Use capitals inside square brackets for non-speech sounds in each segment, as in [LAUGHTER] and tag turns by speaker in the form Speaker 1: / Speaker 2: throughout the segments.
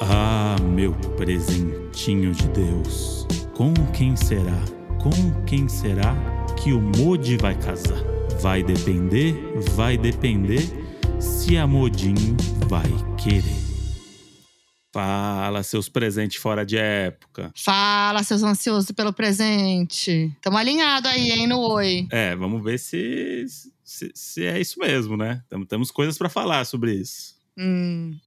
Speaker 1: Ah, meu presentinho de Deus. Com quem será? Com quem será que o Modi vai casar? Vai depender, vai depender se a Modinho vai querer. Fala, seus presentes fora de época.
Speaker 2: Fala, seus ansiosos pelo presente. Tamo alinhado aí, hein, no Oi.
Speaker 1: É, vamos ver se, se, se é isso mesmo, né? Tam- Temos coisas pra falar sobre isso.
Speaker 2: Hum.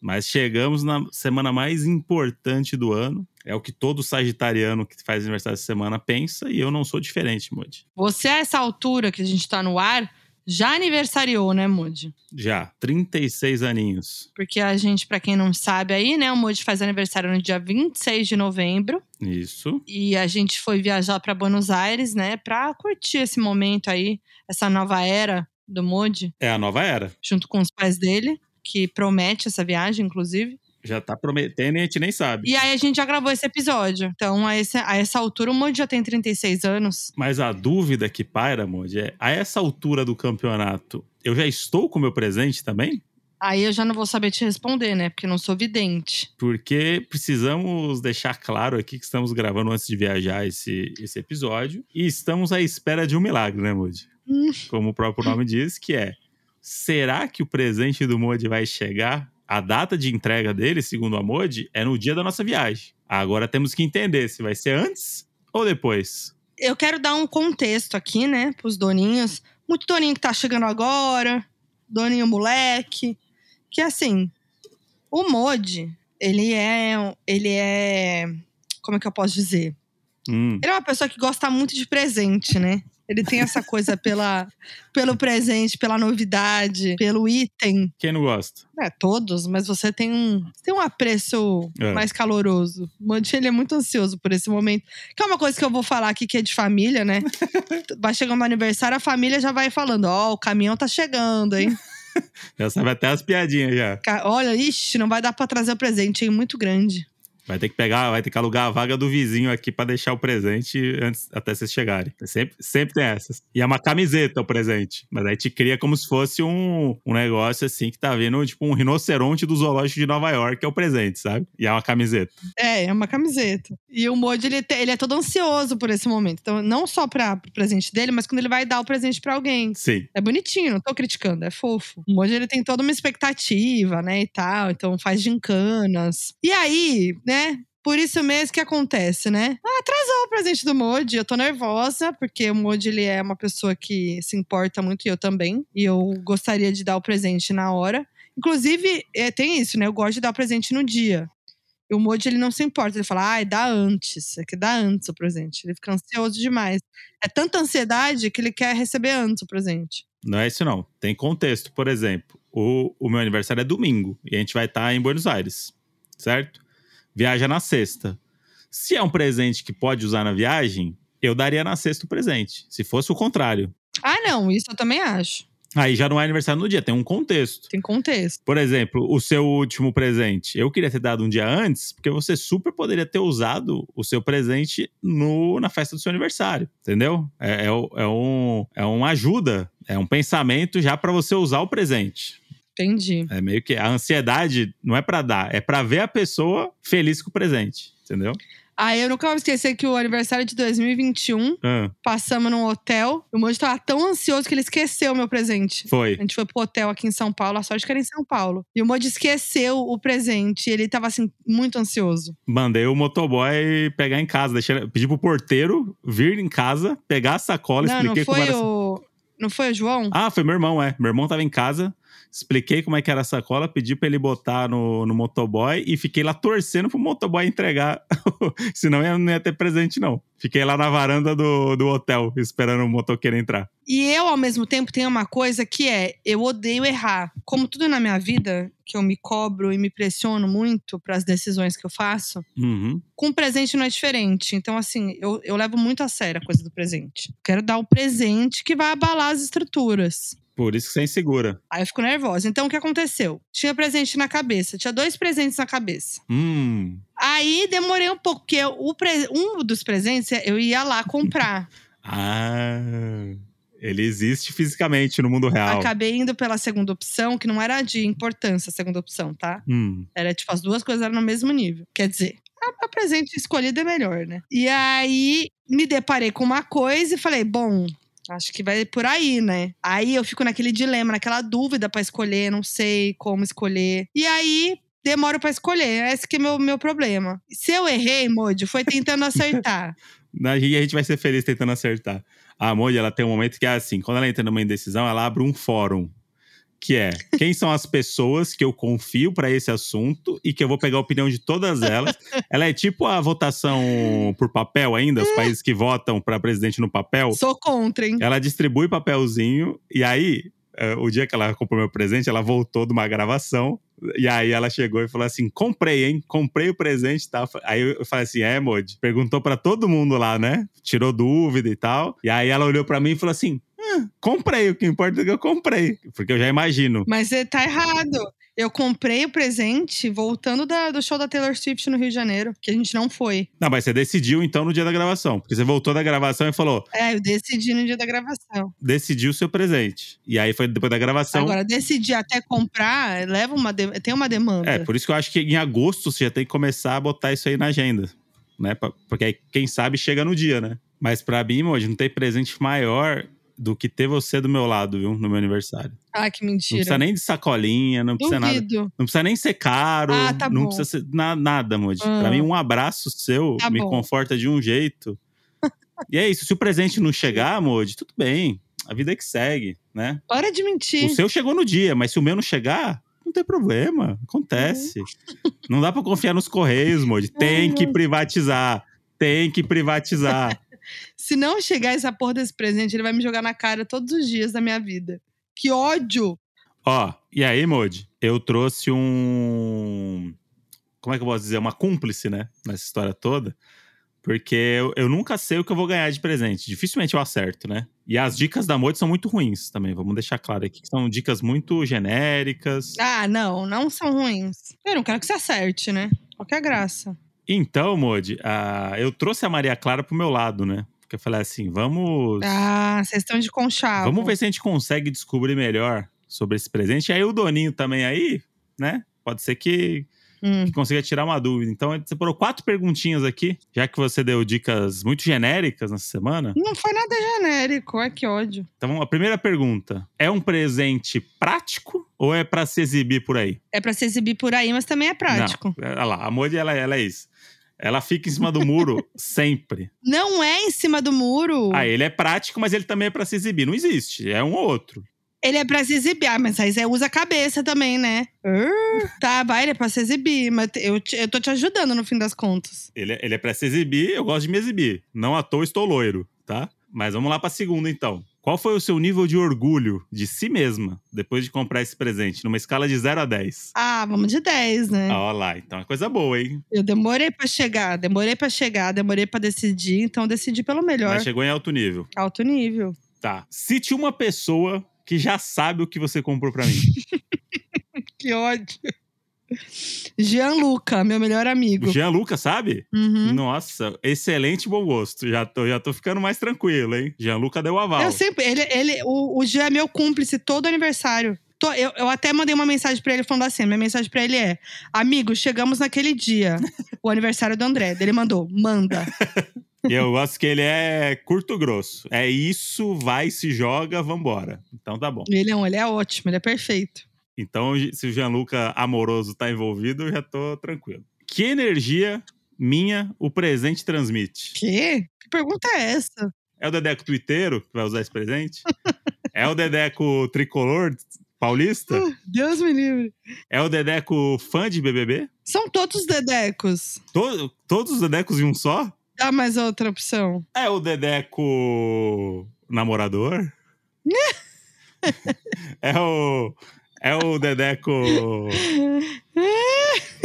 Speaker 1: Mas chegamos na semana mais importante do ano. É o que todo sagitariano que faz aniversário essa semana pensa, e eu não sou diferente, Moody.
Speaker 2: Você, a essa altura que a gente tá no ar, já aniversariou, né, Moody?
Speaker 1: Já, 36 aninhos.
Speaker 2: Porque a gente, pra quem não sabe aí, né, o Moody faz aniversário no dia 26 de novembro.
Speaker 1: Isso.
Speaker 2: E a gente foi viajar pra Buenos Aires, né, pra curtir esse momento aí, essa nova era do Moody,
Speaker 1: É a nova era.
Speaker 2: junto com os pais dele, que promete essa viagem, inclusive.
Speaker 1: Já tá prometendo e a gente nem sabe.
Speaker 2: E aí a gente já gravou esse episódio. Então, a, esse- a essa altura, o Moody já tem 36 anos.
Speaker 1: Mas a dúvida que paira, Moody, é: a essa altura do campeonato, eu já estou com o meu presente também?
Speaker 2: Aí eu já não vou saber te responder, né? Porque eu não sou vidente.
Speaker 1: porque precisamos deixar claro aqui que estamos gravando antes de viajar esse, esse episódio e estamos à espera de um milagre, né, Moody?
Speaker 2: Hum.
Speaker 1: Como o próprio nome diz, que é: será que o presente do Moody vai chegar? A data de entrega dele, segundo a Moody, é no dia da nossa viagem. Agora temos que entender se vai ser antes ou depois.
Speaker 2: Eu quero dar um contexto aqui, né? Pros doninhos. Muito doninho que tá chegando agora. Doninho moleque. Que assim, o Modi, ele é. Ele é. Como é que eu posso dizer?
Speaker 1: Hum,
Speaker 2: Ele é uma pessoa que gosta muito de presente, né? Ele tem essa coisa pela, pelo presente, pela novidade, pelo item.
Speaker 1: quem não gosta?
Speaker 2: É, todos, mas você tem um, tem um apreço
Speaker 1: É.
Speaker 2: mais caloroso. O Mandy, ele é muito ansioso por esse momento. Que é uma coisa que eu vou falar aqui que é de família, né? vai chegando no aniversário, a família já vai falando: Ó, o caminhão tá chegando, hein?
Speaker 1: Já sabe até as piadinhas já.
Speaker 2: Ca- Olha, ixi, não vai dar pra trazer o presente, hein? Muito grande.
Speaker 1: Vai ter que pegar, vai ter que alugar a vaga do vizinho aqui pra deixar o presente antes, até vocês chegarem. É Sempre, sempre tem essas. E é uma camiseta o presente. Mas aí te cria como se fosse um, um negócio assim que tá vendo, tipo, um rinoceronte do zoológico de Nova York, é o presente, sabe? E é uma camiseta.
Speaker 2: É, é uma camiseta. E o Modi, ele, te- ele é todo ansioso por esse momento. Então, não só para o presente dele, mas quando ele vai dar o presente pra alguém.
Speaker 1: Sim.
Speaker 2: É bonitinho, não tô criticando, é fofo. O Moji, ele tem toda uma expectativa, né, e tal. Então faz gincanas. E aí, né, por isso mesmo que acontece, né? Ah, atrasou o presente do Moji, eu tô nervosa, porque o Moji, ele é uma pessoa que se importa muito, e eu também. E eu gostaria de dar o presente na hora. Inclusive, é, tem isso, né, eu gosto de dar o presente no dia. E o Moji, ele não se importa, ele fala, ai, dá antes, é que dá antes o presente. Ele fica ansioso demais. É tanta ansiedade que ele quer receber antes o presente.
Speaker 1: Não é isso, não. Tem contexto. Por exemplo, o, o meu aniversário é domingo e a gente vai estar em Buenos Aires, certo? Viaja na sexta. Se é um presente que pode usar na viagem, eu daria na sexta o presente. Se fosse o contrário.
Speaker 2: Ah, não, isso eu também acho.
Speaker 1: Aí já não é aniversário no dia, tem um contexto.
Speaker 2: Tem contexto.
Speaker 1: Por exemplo, o seu último presente. Eu queria ter dado um dia antes, porque você super poderia ter usado o seu presente no, na festa do seu aniversário, entendeu? É, é, o- é um, é uma ajuda, é um pensamento já pra você usar o presente.
Speaker 2: Entendi.
Speaker 1: É meio que a ansiedade não é pra dar, é pra ver a pessoa feliz com o presente, entendeu?
Speaker 2: Aí Ah, eu nunca vou esquecer que o aniversário de 2021,
Speaker 1: Ah,
Speaker 2: passamos num hotel. O Moji tava tão ansioso que ele esqueceu o meu presente.
Speaker 1: foi.
Speaker 2: A gente foi pro hotel aqui em São Paulo, a sorte que era em São Paulo. E o Moji esqueceu o presente. Ele tava, assim, muito ansioso.
Speaker 1: Mandei o motoboy pegar em casa, deixei, pedi pro porteiro vir em casa, pegar a sacola,
Speaker 2: não,
Speaker 1: expliquei
Speaker 2: não
Speaker 1: como
Speaker 2: foi
Speaker 1: era a
Speaker 2: o. Não foi o João?
Speaker 1: Ah, foi meu irmão, é. Meu irmão tava em casa, expliquei como é que era a sacola, pedi pra ele botar no, no motoboy e fiquei lá torcendo pro motoboy entregar. [LAUGHS] Senão eu não ia ter presente, não. Fiquei lá na varanda do, do hotel, esperando o motoqueiro entrar.
Speaker 2: E eu, ao mesmo tempo, tenho uma coisa que é: eu odeio errar. Como tudo na minha vida, que eu me cobro e me pressiono muito para as decisões que eu faço,
Speaker 1: Uhum.
Speaker 2: com presente não é diferente. Então, assim, eu, eu levo muito a sério a coisa do presente. Quero dar o presente que vai abalar as estruturas.
Speaker 1: Por isso que você é insegura.
Speaker 2: Aí eu fico nervosa. Então, o que aconteceu? Tinha presente na cabeça. Tinha dois presentes na cabeça.
Speaker 1: Hum.
Speaker 2: Aí demorei um pouco, porque o pre- um dos presentes eu ia lá comprar.
Speaker 1: Ah. Ele existe fisicamente no mundo real.
Speaker 2: Acabei indo pela segunda opção, que não era de importância a segunda opção, tá?
Speaker 1: Hum,
Speaker 2: Era tipo, as duas coisas eram no mesmo nível. Quer dizer, a, a presente escolhida é melhor, né? E aí me deparei com uma coisa e falei, bom. Acho que vai por aí, né? Aí eu fico naquele dilema, naquela dúvida pra escolher, não sei como escolher. E aí demoro pra escolher, esse que é meu meu problema. Se eu errei, Moody, foi tentando acertar.
Speaker 1: na- e a gente vai ser feliz tentando acertar. A Moody, ela tem um momento que é assim, quando ela entra numa indecisão, ela abre um fórum. Que é, quem são as pessoas que eu confio pra esse assunto e que eu vou pegar a opinião de todas elas. Ela é tipo a votação por papel ainda, os países que votam pra presidente no papel.
Speaker 2: Sou contra, hein?
Speaker 1: Ela distribui papelzinho e aí, eh, o dia que ela comprou meu presente, ela voltou de uma gravação. E aí ela chegou e falou assim: comprei, hein? Comprei o presente e tal. Aí eu falei assim: é, Mod, perguntou pra todo mundo lá, né? Tirou dúvida e tal. E aí ela olhou pra mim e falou assim: "Ah, comprei, o que importa é que eu comprei. Porque eu já imagino.
Speaker 2: Mas eh, tá errado. Eu comprei o presente voltando da- do show da Taylor Swift no Rio de Janeiro, que a gente não foi.
Speaker 1: Não, mas você decidiu então no dia da gravação. Porque você voltou da gravação e falou:
Speaker 2: É, eu decidi no dia da gravação.
Speaker 1: decidiu o seu presente. E aí foi depois da gravação.
Speaker 2: Agora, decidir até comprar, leva uma de- tem uma demanda.
Speaker 1: É, por isso que eu acho que em agosto você já tem que começar a botar isso aí na agenda, né? Pa- Porque aí, quem sabe, chega no dia, né? Mas pra mim, hoje, não tem presente maior do que ter você do meu lado, viu? No meu aniversário.
Speaker 2: Ah, que
Speaker 1: Não
Speaker 2: mentira.
Speaker 1: precisa nem de sacolinha, não precisa nada.
Speaker 2: Duvido.
Speaker 1: Não precisa nem ser caro.
Speaker 2: Ah, tá
Speaker 1: não
Speaker 2: bom.
Speaker 1: precisa ser na- nada, Moody.
Speaker 2: Ah.
Speaker 1: Pra mim, um abraço seu
Speaker 2: Tá
Speaker 1: me
Speaker 2: bom.
Speaker 1: conforta de um
Speaker 2: [LAUGHS]
Speaker 1: jeito. e é isso. Se o presente não chegar, Moody, tudo bem. A vida é que segue, né?
Speaker 2: Para de mentir.
Speaker 1: O seu chegou no dia, mas se o meu não chegar, não tem problema. Acontece. não dá pra confiar nos correios, Moody. Tem que privatizar. Tem que privatizar.
Speaker 2: Se não chegar essa porra desse presente, ele vai me jogar na cara todos os dias da minha vida. Que ódio!
Speaker 1: Ó, e aí, Moody? Eu trouxe um. Como é que eu posso dizer? Uma cúmplice, né? Nessa história toda. Porque eu, eu nunca sei o que eu vou ganhar de presente. Dificilmente eu acerto, né? E as dicas da Moody são muito ruins também. Vamos deixar claro aqui que são dicas muito genéricas.
Speaker 2: Ah, não, não são ruins. Eu não quero que você acerte, né? Qualquer graça.
Speaker 1: Então, Modi, ah, eu trouxe a Maria Clara pro meu lado, né? Porque eu falei assim, vamos,
Speaker 2: Ah, vocês estão de conchavo.
Speaker 1: vamos ver se a gente consegue descobrir melhor sobre esse presente. E aí o Doninho também aí, né? Pode ser que,
Speaker 2: Hum.
Speaker 1: que consiga tirar uma dúvida. Então, a gente separou quatro perguntinhas aqui, já que você deu dicas muito genéricas nessa semana.
Speaker 2: Não foi nada genérico, é que ódio.
Speaker 1: Então, a primeira pergunta: é um presente prático ou é para se exibir por aí?
Speaker 2: É pra se exibir por aí, mas também é prático.
Speaker 1: Não. Olha lá, a Modi, ela, ela é isso. Ela fica em cima do muro [LAUGHS] sempre.
Speaker 2: Não, é em cima do muro.
Speaker 1: Ah, ele é prático, mas ele também é pra se exibir. Não existe, é um ou outro.
Speaker 2: Ele é pra se exibir. Ah, mas aí você usa a cabeça também, né? Urr. tá, vai, ele é pra se exibir. Mas eu, te- eu tô te ajudando no fim das contas.
Speaker 1: Ele, ele é pra se exibir, eu gosto de me exibir. Não à toa estou loiro, tá? Mas vamos lá pra segunda, então. Qual foi o seu nível de orgulho de si mesma depois de comprar esse presente, numa escala de 0 a 10?
Speaker 2: Ah, vamos de 10, né?
Speaker 1: Ah, olha lá, então é coisa boa, hein?
Speaker 2: Eu demorei pra chegar, demorei pra chegar, demorei pra decidir, então eu decidi pelo melhor.
Speaker 1: Mas chegou em alto nível.
Speaker 2: Alto nível.
Speaker 1: Tá. Cite uma pessoa que já sabe o que você comprou pra mim.
Speaker 2: Que ódio. Gianluca, meu melhor amigo.
Speaker 1: O Jean Lucas, sabe?
Speaker 2: Uhum.
Speaker 1: Nossa, excelente bom gosto. Já tô, já tô ficando mais tranquilo, hein? Jean Lucas deu aval.
Speaker 2: Eu sempre. Ele, ele, o, o Jean é meu cúmplice todo aniversário. Tô- eu, eu até mandei uma mensagem pra ele falando assim: minha mensagem pra ele é: Amigo, chegamos naquele dia, o aniversário do André. Daí Ele mandou, manda.
Speaker 1: [LAUGHS] E eu gosto que ele é curto grosso. É isso, vai, se joga, vambora. Então tá bom.
Speaker 2: E Ele é, um- ele é ótimo, ele é perfeito.
Speaker 1: Então, se o Gianluca amoroso tá envolvido, eu já tô tranquilo. Que energia minha o presente transmite?
Speaker 2: Quê? Que pergunta é essa?
Speaker 1: É o Dedeco Twitteiro que vai usar esse presente? É o Dedeco tricolor paulista?
Speaker 2: Deus me livre.
Speaker 1: É o Dedeco fã de BBB?
Speaker 2: São todos os dedecos.
Speaker 1: To- todos os Dedecos em um só?
Speaker 2: Dá mais outra opção.
Speaker 1: É o Dedeco namorador?
Speaker 2: [LAUGHS]
Speaker 1: é o é o Dedeco de-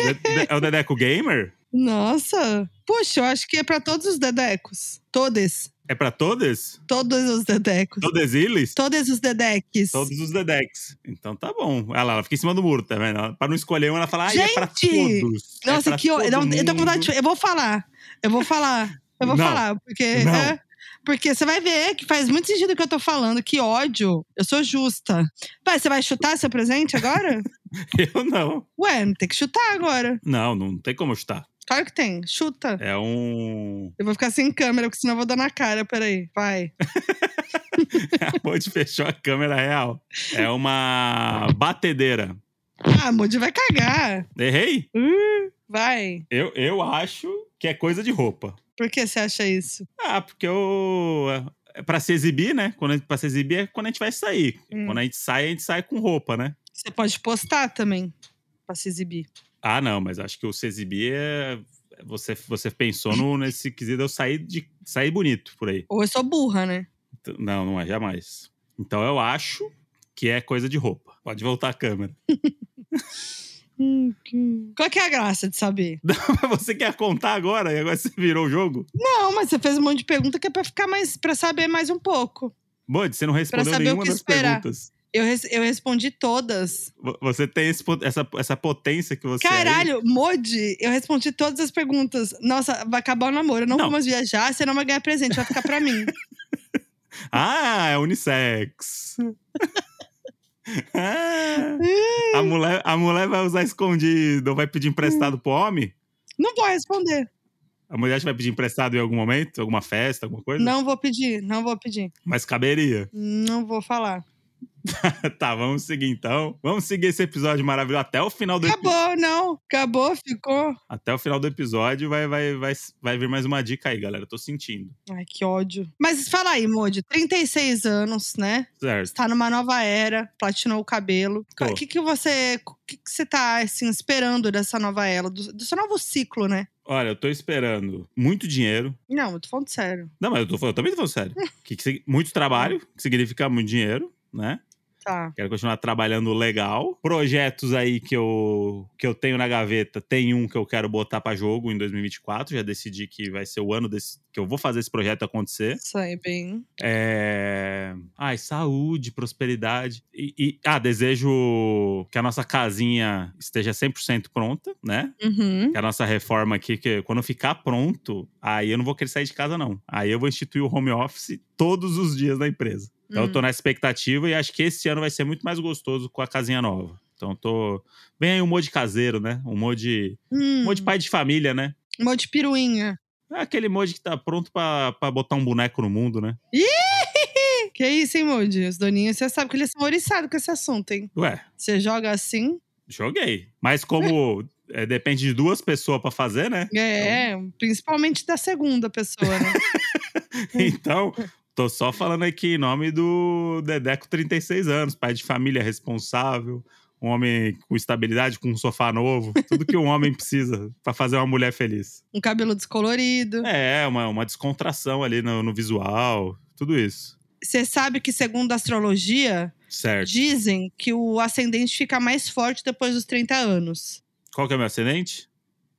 Speaker 1: de- é o Dedeco gamer?
Speaker 2: Nossa. Puxa, eu acho que é pra todos os dedecos. Todos.
Speaker 1: É pra todos?
Speaker 2: Todos os dedecos.
Speaker 1: Todos eles?
Speaker 2: Todos os dedeques.
Speaker 1: Todos os Dedecs. Então tá bom. Olha lá, ela fica em cima do muro, tá vendo? Pra não escolher um, ela fala, ai, é pra
Speaker 2: Gente!
Speaker 1: todos. É
Speaker 2: Nossa,
Speaker 1: pra
Speaker 2: que ó-
Speaker 1: todo
Speaker 2: não, eu tô com vontade
Speaker 1: mundo.
Speaker 2: de- Eu vou falar. Eu vou falar. Eu vou
Speaker 1: Não.
Speaker 2: falar, porque.
Speaker 1: Não.
Speaker 2: é, Porque você vai ver que faz muito sentido o que eu tô falando. Que ódio. Eu sou justa. Vai, você vai chutar seu presente
Speaker 1: [LAUGHS]
Speaker 2: agora?
Speaker 1: Eu não.
Speaker 2: Ué, não tem que chutar agora.
Speaker 1: Não, não tem como eu chutar.
Speaker 2: Claro que tem. Chuta.
Speaker 1: É um. [LAUGHS]
Speaker 2: Eu vou ficar sem câmera, porque senão eu vou dar na cara. Peraí, vai.
Speaker 1: Monte fechou a câmera real. É uma batedeira.
Speaker 2: Ah, Moody vai cagar.
Speaker 1: Errei?
Speaker 2: Uh, vai.
Speaker 1: Eu, eu acho que é coisa de roupa.
Speaker 2: Por que você acha isso?
Speaker 1: Ah, porque eu. É pra se exibir, né? Quando, a gente- pra se exibir é quando a gente vai sair.
Speaker 2: Hum.
Speaker 1: Quando a gente sai, a gente sai com roupa, né?
Speaker 2: Você pode postar também pra se exibir.
Speaker 1: Ah, não, mas acho que o se exibir é. Você, você pensou no, nesse quesito de eu sair, de, sair bonito por aí.
Speaker 2: Ou eu sou burra, né?
Speaker 1: Então, Não, não é, jamais. Então eu acho que é coisa de roupa. Pode voltar a câmera. [LAUGHS]
Speaker 2: Qual que é a graça de saber?
Speaker 1: você quer contar agora? E agora você virou o jogo?
Speaker 2: Não, mas você fez um monte de pergunta que é pra ficar mais. pra saber mais um pouco.
Speaker 1: Bud, você não respondeu
Speaker 2: saber o
Speaker 1: nenhuma
Speaker 2: que
Speaker 1: das
Speaker 2: esperar.
Speaker 1: perguntas.
Speaker 2: Eu, res- eu respondi todas.
Speaker 1: Vo- Você tem esse po- essa, essa potência que você. é aí.
Speaker 2: Caralho, Modi, eu respondi todas as perguntas. Nossa, vai acabar o namoro. Eu não,
Speaker 1: Não.
Speaker 2: vou mais viajar, você não vai ganhar presente, vai ficar pra mim.
Speaker 1: Ah, é unissex. [LAUGHS] Ah, a, mulher, a mulher vai usar escondido, ou vai pedir emprestado pro homem?
Speaker 2: Não vou responder.
Speaker 1: A mulher vai pedir emprestado em algum momento? Alguma festa, alguma coisa?
Speaker 2: Não vou pedir, não vou pedir.
Speaker 1: Mas caberia. [LAUGHS]
Speaker 2: Não vou falar.
Speaker 1: tá, vamos seguir então. Vamos seguir esse episódio maravilhoso até o final do
Speaker 2: Acabou, não. Acabou, ficou.
Speaker 1: Até o final do episódio vai, vai, vai, vai vir mais uma dica aí, galera. Eu tô sentindo.
Speaker 2: Ai, que ódio. Mas fala aí, Modi, 36 anos, né?
Speaker 1: Certo.
Speaker 2: Está numa nova era, platinou o cabelo.
Speaker 1: Tô.
Speaker 2: O que, que você. O que, que você tá assim, esperando dessa nova era, do, do seu novo ciclo, né?
Speaker 1: Olha, eu tô esperando muito dinheiro.
Speaker 2: Não, eu tô falando sério.
Speaker 1: Não, mas eu, tô, falando- eu também tô falando sério.
Speaker 2: [LAUGHS]
Speaker 1: Que, que, sig- muito trabalho, que significa muito dinheiro, né?
Speaker 2: Tá.
Speaker 1: Quero continuar trabalhando legal. Projetos aí que eu, que eu tenho na gaveta. Tem um que eu quero botar pra jogo em 2024. Já decidi que vai ser o ano desse, que eu vou fazer esse projeto acontecer.
Speaker 2: Sai é bem.
Speaker 1: É... Ai, saúde, prosperidade. E, e- ah, desejo que a nossa casinha esteja 100% pronta, né?
Speaker 2: Uhum.
Speaker 1: Que a nossa reforma aqui, que quando ficar pronto, aí eu não vou querer sair de casa, não. Aí eu vou instituir o home office todos os dias na empresa. Então
Speaker 2: hum.
Speaker 1: eu tô na expectativa e acho que esse ano vai ser muito mais gostoso com a casinha nova. Então eu tô. Vem aí um monte de caseiro, né? Um monte de, um
Speaker 2: Hum.
Speaker 1: monte de pai de família, né?
Speaker 2: Um monte de piruinha.
Speaker 1: É aquele monte que tá pronto pra pra botar um boneco no mundo, né?
Speaker 2: Que isso, hein, Modi? Os doninhos, você sabe que eles são oriçados com esse assunto, hein?
Speaker 1: Ué,
Speaker 2: Você joga assim,
Speaker 1: Joguei. Mas como é, depende de duas pessoas pra fazer,
Speaker 2: [LAUGHS]
Speaker 1: né?
Speaker 2: é, principalmente da segunda
Speaker 1: [LAUGHS]
Speaker 2: pessoa, né?
Speaker 1: Então, tô só falando aqui em nome do Dedeco, 36 anos, pai de família responsável, um homem com estabilidade, com um sofá novo, tudo que um homem precisa pra fazer uma mulher feliz.
Speaker 2: Um cabelo descolorido.
Speaker 1: É, uma, uma descontração ali no, no visual, tudo isso.
Speaker 2: Você sabe que, segundo a astrologia,
Speaker 1: Certo.
Speaker 2: dizem que o ascendente fica mais forte depois dos 30 anos.
Speaker 1: Qual que é o meu ascendente?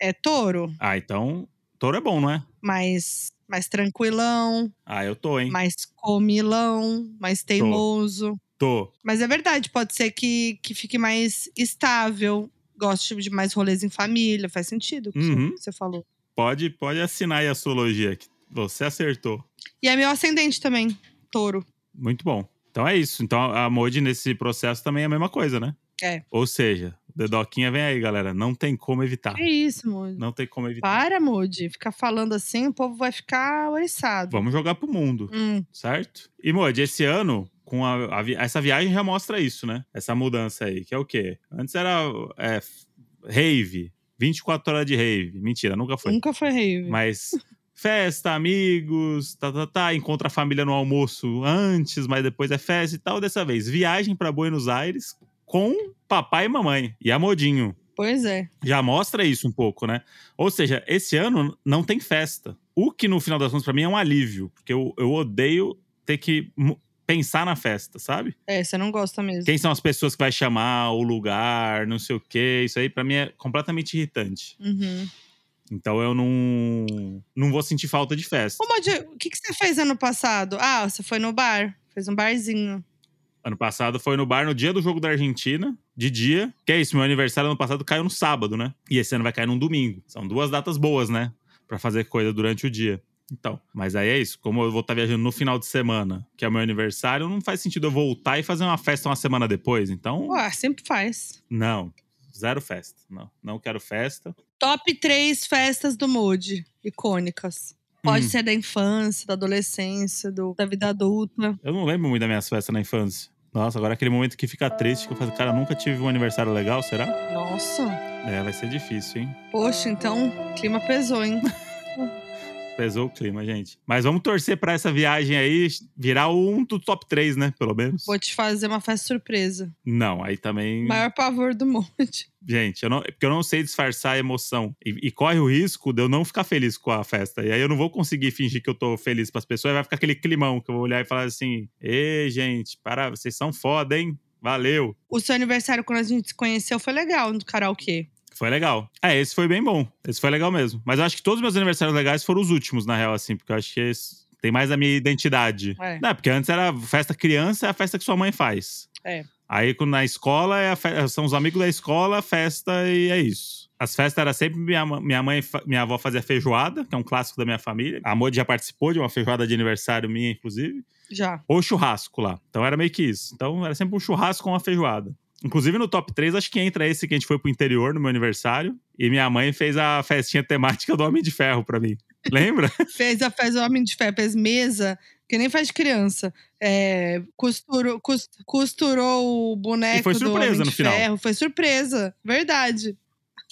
Speaker 2: É touro,
Speaker 1: Ah, então, touro é bom, não é?
Speaker 2: mais, mais tranquilão,
Speaker 1: Ah, eu tô, hein?
Speaker 2: mais comilão, mais teimoso.
Speaker 1: Tô.
Speaker 2: Mas é verdade, pode ser que, que fique mais estável, goste de mais rolês em família, faz sentido o que
Speaker 1: Uhum.
Speaker 2: você falou.
Speaker 1: Pode, pode assinar aí a astrologia, que você acertou.
Speaker 2: E é meu ascendente também, touro.
Speaker 1: Muito bom. Então é isso. Então a Modi nesse processo também é a mesma coisa, né?
Speaker 2: É.
Speaker 1: Ou seja, Dedoquinha vem aí, galera. Não tem como evitar.
Speaker 2: Que É isso, Moody.
Speaker 1: Não tem como evitar.
Speaker 2: Para, Moody. Ficar falando assim, o povo vai ficar oriçado.
Speaker 1: Vamos jogar pro mundo,
Speaker 2: Hum, certo?
Speaker 1: certo? E Modi, esse ano, com a, a vi- essa viagem já mostra isso, né? Essa mudança aí, que é o quê? Antes era é, f- rave, 24 horas de rave. Mentira, nunca foi.
Speaker 2: Nunca foi rave.
Speaker 1: Mas festa, amigos, tá, tá, tá. Encontra a família no almoço antes, mas depois é festa e tal. Dessa vez, viagem pra Buenos Aires com papai e mamãe e amodinho.
Speaker 2: Pois é.
Speaker 1: Já mostra isso um pouco, né? Ou seja, esse ano não tem festa. O que no final das contas pra mim é um alívio, porque eu, eu odeio ter que mu- pensar na festa, sabe?
Speaker 2: É, você não gosta mesmo.
Speaker 1: Quem são as pessoas que vai chamar, o lugar, não sei o quê. Isso aí pra mim é completamente irritante.
Speaker 2: Uhum.
Speaker 1: Então eu não não vou sentir falta de festa.
Speaker 2: Ô, Moody, o que, que você fez ano passado? Ah, você foi no bar. Fez um barzinho.
Speaker 1: Ano passado foi no bar no dia do jogo da Argentina, de dia. Que é isso, meu aniversário ano passado caiu no sábado, né? E esse ano vai cair num domingo. São duas datas boas, né? Pra fazer coisa durante o dia. Então, mas aí é isso. Como eu vou estar viajando no final de semana, que é o meu aniversário, não faz sentido eu voltar e fazer uma festa uma semana depois. Então,
Speaker 2: Ué, sempre faz.
Speaker 1: não. Zero festa. Não, não quero festa.
Speaker 2: Top três festas do Mood, icônicas. Pode
Speaker 1: Hum.
Speaker 2: ser da infância, da adolescência, do- da vida adulta.
Speaker 1: Eu não lembro muito das minhas festas na infância. Nossa, agora é aquele momento que fica triste, que eu falo, cara, nunca tive um aniversário legal, será?
Speaker 2: Nossa.
Speaker 1: É, vai ser difícil, hein?
Speaker 2: Poxa, então, o clima pesou, hein?
Speaker 1: Pesou o clima, gente. Mas vamos torcer pra essa viagem aí virar um do top 3, né? Pelo menos.
Speaker 2: Vou te fazer uma festa surpresa.
Speaker 1: Não, aí também.
Speaker 2: Maior pavor do monte.
Speaker 1: Gente, eu não, é porque eu não sei disfarçar a emoção. E, e corre o risco de eu não ficar feliz com a festa. E aí eu não vou conseguir fingir que eu tô feliz pras pessoas. Vai ficar aquele climão que eu vou olhar e falar assim: Ei, gente, para, vocês são foda, hein? Valeu.
Speaker 2: O seu aniversário, quando a gente se conheceu, foi legal no karaokê.
Speaker 1: Foi legal. É, esse foi bem bom. Esse foi legal mesmo. Mas eu acho que todos os meus aniversários legais foram os últimos, na real, assim, porque eu acho que esse tem mais a minha identidade.
Speaker 2: É.
Speaker 1: Não, porque antes era festa criança, é a festa que sua mãe faz.
Speaker 2: É.
Speaker 1: Aí quando na escola é a fe- são os amigos da escola, festa e é isso. As festas era sempre minha, ma- minha mãe, fa- minha avó fazia feijoada, que é um clássico da minha família. A Modi já participou de uma feijoada de aniversário minha, inclusive.
Speaker 2: Já.
Speaker 1: Ou churrasco lá. Então era meio que isso. Então era sempre um churrasco com uma feijoada. Inclusive no top 3, acho que entra esse que a gente foi pro interior no meu aniversário. E minha mãe fez a festinha temática do Homem de Ferro pra mim. Lembra?
Speaker 2: Fez a festa do Homem de Fé, fez mesa, que nem faz de criança. É, costurou, cos- costurou o boneco
Speaker 1: E foi
Speaker 2: do Homem
Speaker 1: surpresa
Speaker 2: de
Speaker 1: no final.
Speaker 2: Ferro. Foi surpresa, verdade.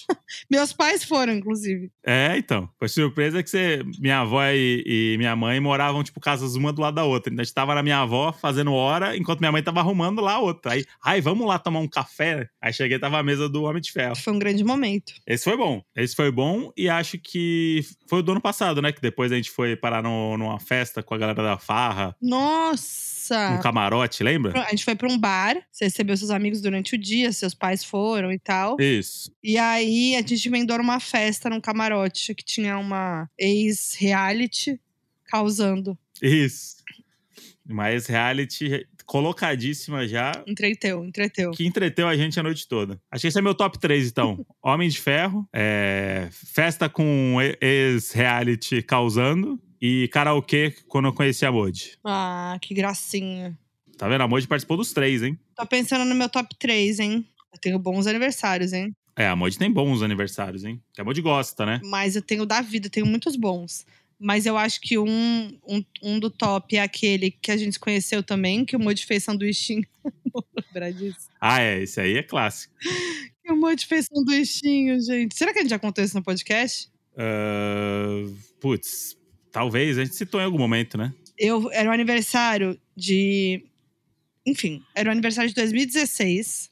Speaker 2: [LAUGHS] Meus pais foram, inclusive.
Speaker 1: É, então. Foi surpresa que você, minha avó e, e minha mãe moravam, tipo, casas uma do lado da outra. Então a gente tava na minha avó fazendo hora, enquanto minha mãe tava arrumando lá a outra. Aí, ai, vamos lá tomar um café? Aí cheguei tava a mesa do Homem de Ferro.
Speaker 2: Foi um grande momento.
Speaker 1: Esse foi bom. Esse foi bom e acho que foi o do ano passado, né? Que depois a gente foi parar no- numa festa com a galera da farra,
Speaker 2: Nossa!
Speaker 1: num camarote, lembra?
Speaker 2: A gente foi pra um bar, você recebeu seus amigos durante o dia, seus pais foram e tal.
Speaker 1: Isso.
Speaker 2: E aí a gente emendou uma festa num camarote que tinha uma ex-reality causando.
Speaker 1: Isso. Mas reality colocadíssima já.
Speaker 2: Entreteu, entreteu.
Speaker 1: que entreteu a gente a noite toda. Acho que esse é meu top 3, então. Homem de Ferro, é, festa com e- ex-reality causando e karaokê quando eu conheci a Modi.
Speaker 2: Ah, que gracinha.
Speaker 1: Tá vendo? A Modi participou dos três, hein?
Speaker 2: Tô pensando no meu top 3, hein? Eu tenho bons aniversários, hein?
Speaker 1: É, a Modi tem bons aniversários, hein? Que a Modi gosta, né?
Speaker 2: Mas eu tenho da vida, eu tenho muitos bons. Mas eu acho que um, um, um do top é aquele que a gente se conheceu também, que o Moody fez sanduichinho. [LAUGHS] Vou lembrar disso.
Speaker 1: Ah, é. Esse aí é clássico.
Speaker 2: Que o Moody fez sanduichinho, gente. Será que a gente já contou isso no podcast?
Speaker 1: Ahn, Ah, putz, talvez. A gente citou em algum momento, né?
Speaker 2: eu era o aniversário de. Enfim, era o aniversário de 2016,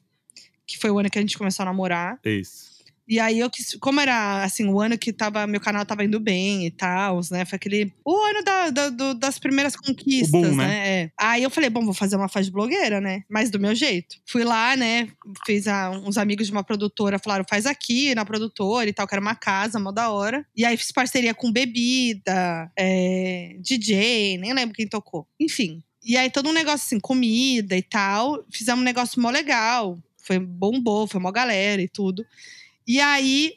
Speaker 2: que foi o ano que a gente começou a namorar.
Speaker 1: Isso.
Speaker 2: E aí eu quis. Como era assim, o ano que tava, meu canal tava indo bem e tal, né? Foi aquele. O ano da- da- do- das primeiras conquistas,
Speaker 1: O boom, né?
Speaker 2: né? É. Aí eu falei, bom, vou fazer uma faz de blogueira, né? Mas do meu jeito. Fui lá, né? Fiz a- uns amigos de uma produtora, falaram, faz aqui na produtora e tal, que era uma casa, mó da hora. E aí fiz parceria com bebida, é, DJ, nem lembro quem tocou. Enfim. E aí todo um negócio assim, comida e tal. Fizemos um negócio mó legal. Foi bombou, foi mó galera e tudo. E aí,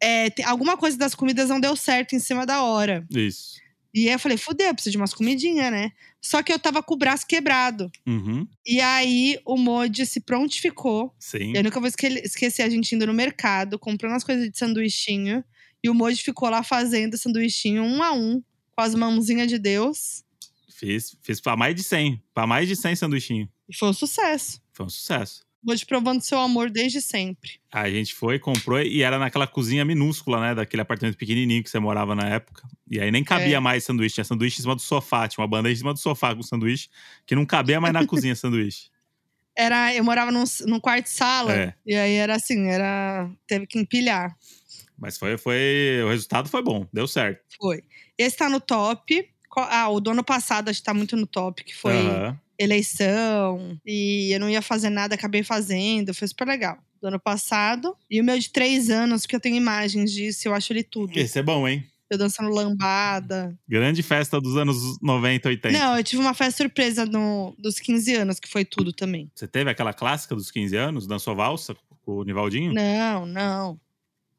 Speaker 2: é, tem- alguma coisa das comidas não deu certo em cima da hora.
Speaker 1: Isso.
Speaker 2: E aí eu falei, fudeu, eu preciso de umas comidinhas, né? Só que eu tava com o braço quebrado.
Speaker 1: Uhum.
Speaker 2: E aí o Modi se prontificou.
Speaker 1: Sim.
Speaker 2: Eu nunca vou esque- esquecer a gente indo no mercado, comprando as coisas de sanduichinho. E o Modi ficou lá fazendo sanduichinho um a um, com as mãozinhas de Deus.
Speaker 1: Fiz, fiz pra mais de 100. Pra mais de 100 sanduichinho.
Speaker 2: E foi um sucesso.
Speaker 1: Foi um sucesso.
Speaker 2: Modi provando seu amor desde sempre.
Speaker 1: A gente foi, comprou e era naquela cozinha minúscula, né? Daquele apartamento pequenininho que você morava na época. E aí nem cabia
Speaker 2: É.
Speaker 1: mais sanduíche. Tinha sanduíche em cima do sofá. Tinha uma bandeja em cima do sofá com sanduíche. Que não cabia mais
Speaker 2: [LAUGHS]
Speaker 1: na cozinha sanduíche.
Speaker 2: Era, eu morava num, s- num quarto de sala.
Speaker 1: É.
Speaker 2: E aí era assim, era. Teve que empilhar.
Speaker 1: Mas foi, foi... O resultado foi bom. Deu certo.
Speaker 2: Foi. Esse tá no top. Co- Ah, o do ano passado acho que tá muito no top, que foi
Speaker 1: Aham.
Speaker 2: eleição. E eu não ia fazer nada, acabei fazendo. Foi super legal. Do ano passado. E o meu de três anos, porque eu tenho imagens disso, eu acho ele tudo.
Speaker 1: Esse é bom, hein?
Speaker 2: Eu dançando lambada.
Speaker 1: Grande festa dos anos 90, 80.
Speaker 2: Não, eu tive uma festa surpresa no, dos 15 anos, que foi tudo também.
Speaker 1: Hum. Você teve aquela clássica dos 15 anos? Dançou valsa com o Nivaldinho?
Speaker 2: Não, não.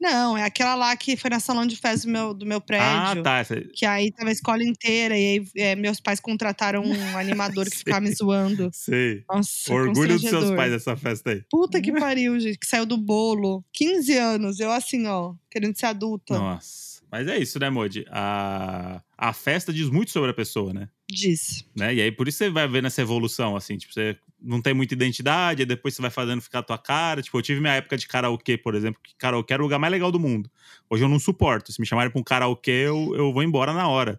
Speaker 2: Não, é aquela lá que foi na salão de festa do meu, do meu é
Speaker 1: Ah,
Speaker 2: prédio.
Speaker 1: tá. Essa-
Speaker 2: Que aí tava a escola inteira. E aí é, meus pais contrataram
Speaker 1: [LAUGHS]
Speaker 2: um animador que ficava me zoando.
Speaker 1: Sei.
Speaker 2: Nossa,
Speaker 1: Orgulho dos seus
Speaker 2: é constrangedor.
Speaker 1: pais dessa festa aí. [LAUGHS]
Speaker 2: Puta que pariu, gente. Que saiu do bolo. 15 anos. Eu assim, ó. Querendo ser adulta.
Speaker 1: Nossa. Mas é isso, né, Modi? A, a festa diz muito sobre a pessoa, né?
Speaker 2: Diz.
Speaker 1: né? E aí, por isso você vai vendo essa evolução, assim, tipo, você não tem muita identidade, aí depois você vai fazendo ficar a tua cara. Tipo, eu tive minha época de karaokê, por exemplo, que karaokê era o lugar mais legal do mundo. Hoje eu não suporto. Se me chamarem pra um karaokê, eu, eu vou embora na hora.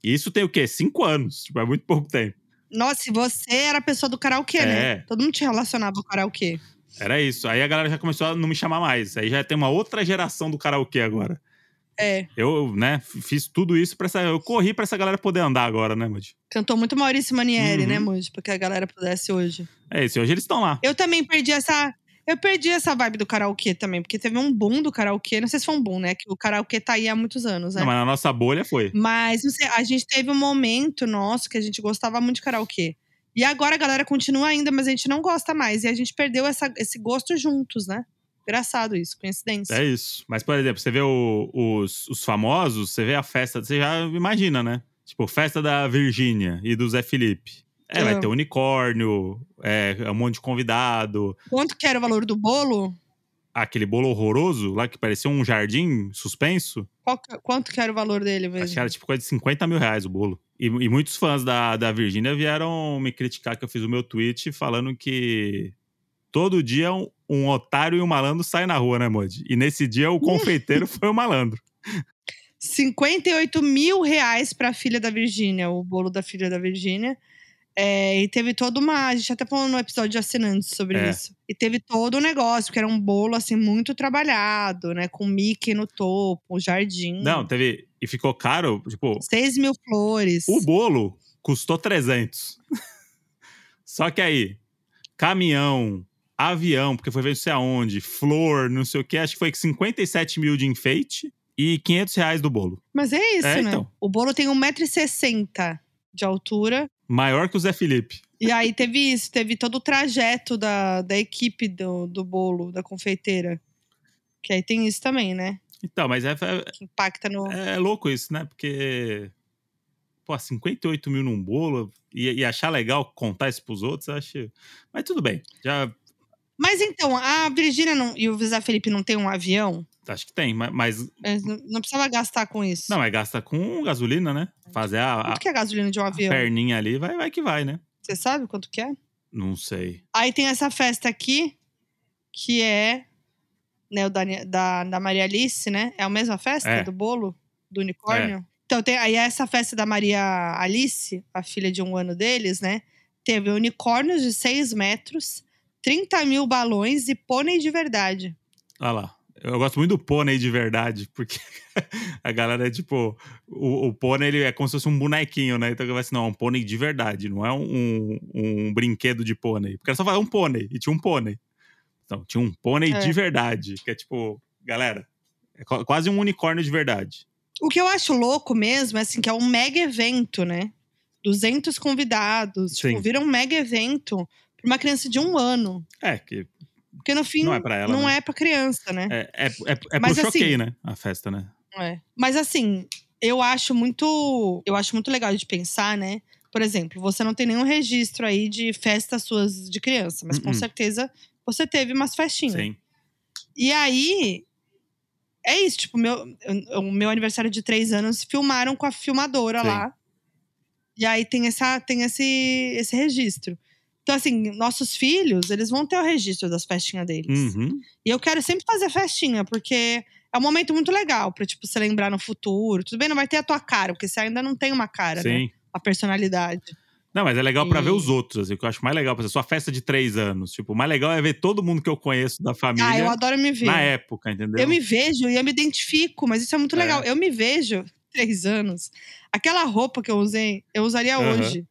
Speaker 1: E isso tem o quê? Cinco anos. Tipo, é muito pouco tempo.
Speaker 2: Nossa, e você era a pessoa do karaokê,
Speaker 1: É.
Speaker 2: né? Todo mundo te relacionava ao karaokê.
Speaker 1: Era isso. Aí a galera já começou a não me chamar mais. Aí já tem uma outra geração do karaokê agora.
Speaker 2: É.
Speaker 1: Eu, né, f- fiz tudo isso pra essa. Eu corri pra essa galera poder andar agora, né, Mud?
Speaker 2: Cantou muito Maurício Manieri,
Speaker 1: Uhum.
Speaker 2: né, Moody? Porque a galera pudesse hoje.
Speaker 1: É isso. Hoje eles estão lá.
Speaker 2: Eu também perdi essa. Eu perdi essa vibe do karaokê também, porque teve um boom do karaokê. Não sei se foi um boom, né? Que o karaokê tá aí há muitos anos, né?
Speaker 1: Não, mas na nossa bolha foi.
Speaker 2: Mas não sei, a gente teve um momento nosso que a gente gostava muito de karaokê. E agora a galera continua ainda, mas a gente não gosta mais. E a gente perdeu essa- esse gosto juntos, né? Engraçado isso, coincidência.
Speaker 1: É isso. Mas, por exemplo, você vê o- os, os famosos, você vê a festa, você já imagina, né? Tipo, festa da Virgínia e do Zé Felipe. É, vai
Speaker 2: É.
Speaker 1: ter unicórnio, é, um monte de convidado.
Speaker 2: Quanto que era o valor do bolo?
Speaker 1: Aquele bolo horroroso lá que parecia um jardim suspenso.
Speaker 2: Qual que- quanto que era o valor dele mesmo?
Speaker 1: Acho que era tipo coisa de 50 mil reais o bolo. E, e muitos fãs da, da Virgínia vieram me criticar que eu fiz o meu tweet falando que todo dia um, um otário e um malandro saem na rua, né, Modi? E nesse dia o confeiteiro foi o malandro.
Speaker 2: 58 mil reais pra filha da Virgínia, o bolo da filha da Virgínia. É, e teve toda uma. A gente até falou no episódio de assinantes sobre
Speaker 1: É.
Speaker 2: isso. E teve todo o negócio, que era um bolo, assim, muito trabalhado, né? Com Mickey no topo, o jardim.
Speaker 1: Não, teve. E ficou caro. Tipo,
Speaker 2: 6 mil flores.
Speaker 1: o bolo custou 300. Só que aí, caminhão, avião, porque foi ver não sei aonde, flor, não sei o que, acho que foi 57 mil de enfeite e 500 reais do bolo.
Speaker 2: Mas é isso,
Speaker 1: É,
Speaker 2: né?
Speaker 1: então.
Speaker 2: O bolo tem 1,60m de altura.
Speaker 1: Maior que o Zé Felipe.
Speaker 2: E aí teve isso, teve todo o trajeto da, da equipe do, do bolo, da confeiteira. Que aí tem isso também, né?
Speaker 1: Então, mas é, é-
Speaker 2: Que impacta no.
Speaker 1: é louco isso, né? Porque. Pô, 58 mil num bolo e, e achar legal contar isso pros outros, eu acho. Mas tudo bem. Já
Speaker 2: Mas então, a Virgínia não- e o Zé Felipe não tem um avião?
Speaker 1: acho que tem, ma- mas.
Speaker 2: Eles Não, não precisava gastar com isso.
Speaker 1: Não, mas gasta com gasolina, né? Fazer a- a,
Speaker 2: Quanto que é a gasolina de um
Speaker 1: a
Speaker 2: avião?
Speaker 1: perninha ali, vai, vai que vai, né?
Speaker 2: Você sabe quanto que é?
Speaker 1: Não sei.
Speaker 2: Aí tem essa festa aqui, que é né, o da, da, da Maria Alice, né? É a mesma festa
Speaker 1: É.
Speaker 2: do bolo, do unicórnio? Então, tem, aí essa festa da Maria Alice, a filha de um ano deles, né? Teve unicórnios de 6 metros, 30 mil balões e pônei de verdade.
Speaker 1: Olha lá. Eu gosto muito do pônei de verdade, porque [LAUGHS] a galera é tipo. O, o pônei ele é como se fosse um bonequinho, né? Então eu assim, não, é um pônei de verdade, não é um, um, um brinquedo de pônei. Porque era só falar um pônei, e tinha um pônei. Então, tinha um pônei
Speaker 2: É.
Speaker 1: de verdade, que é tipo, galera, é qua- quase um unicórnio de verdade.
Speaker 2: O que eu acho louco mesmo é assim, que é um mega evento, né? 200 convidados.
Speaker 1: Sim.
Speaker 2: Tipo, vira um mega evento pra uma criança de um ano.
Speaker 1: É, que
Speaker 2: Porque no fim,
Speaker 1: não é pra ela.
Speaker 2: não
Speaker 1: né?
Speaker 2: é pra criança, né?
Speaker 1: É, é, é, é pro
Speaker 2: Mas
Speaker 1: choquei,
Speaker 2: assim-
Speaker 1: né? A festa, né?
Speaker 2: É. Mas assim, eu acho muito. Eu acho muito legal de pensar, né? Por exemplo, você não tem nenhum registro aí de festas suas de criança, mas com
Speaker 1: Uh-uh.
Speaker 2: certeza você teve umas festinhas.
Speaker 1: Sim.
Speaker 2: E aí. É isso, tipo, meu, o meu aniversário de três anos filmaram com a filmadora
Speaker 1: Sim.
Speaker 2: lá. E aí tem, essa, tem esse, esse registro. Então, assim, nossos filhos, eles vão ter o registro das festinhas deles.
Speaker 1: Uhum.
Speaker 2: E eu quero sempre fazer festinha, porque é um momento muito legal pra, tipo, se lembrar no futuro. Tudo bem, não vai ter a tua cara, porque você ainda não tem uma cara, né?
Speaker 1: Sim.
Speaker 2: A personalidade.
Speaker 1: Não, mas é legal pra ver
Speaker 2: E-
Speaker 1: os outros, assim, o que eu acho mais legal, por exemplo, sua festa de três anos. Tipo, o mais legal é ver todo mundo que eu conheço da família
Speaker 2: Ah, eu adoro me ver.
Speaker 1: na época, entendeu?
Speaker 2: eu me vejo e eu me identifico, mas isso é muito
Speaker 1: É.
Speaker 2: legal. Eu me vejo, [LAUGHS] três anos, aquela roupa que eu usei, eu usaria
Speaker 1: Aham.
Speaker 2: hoje.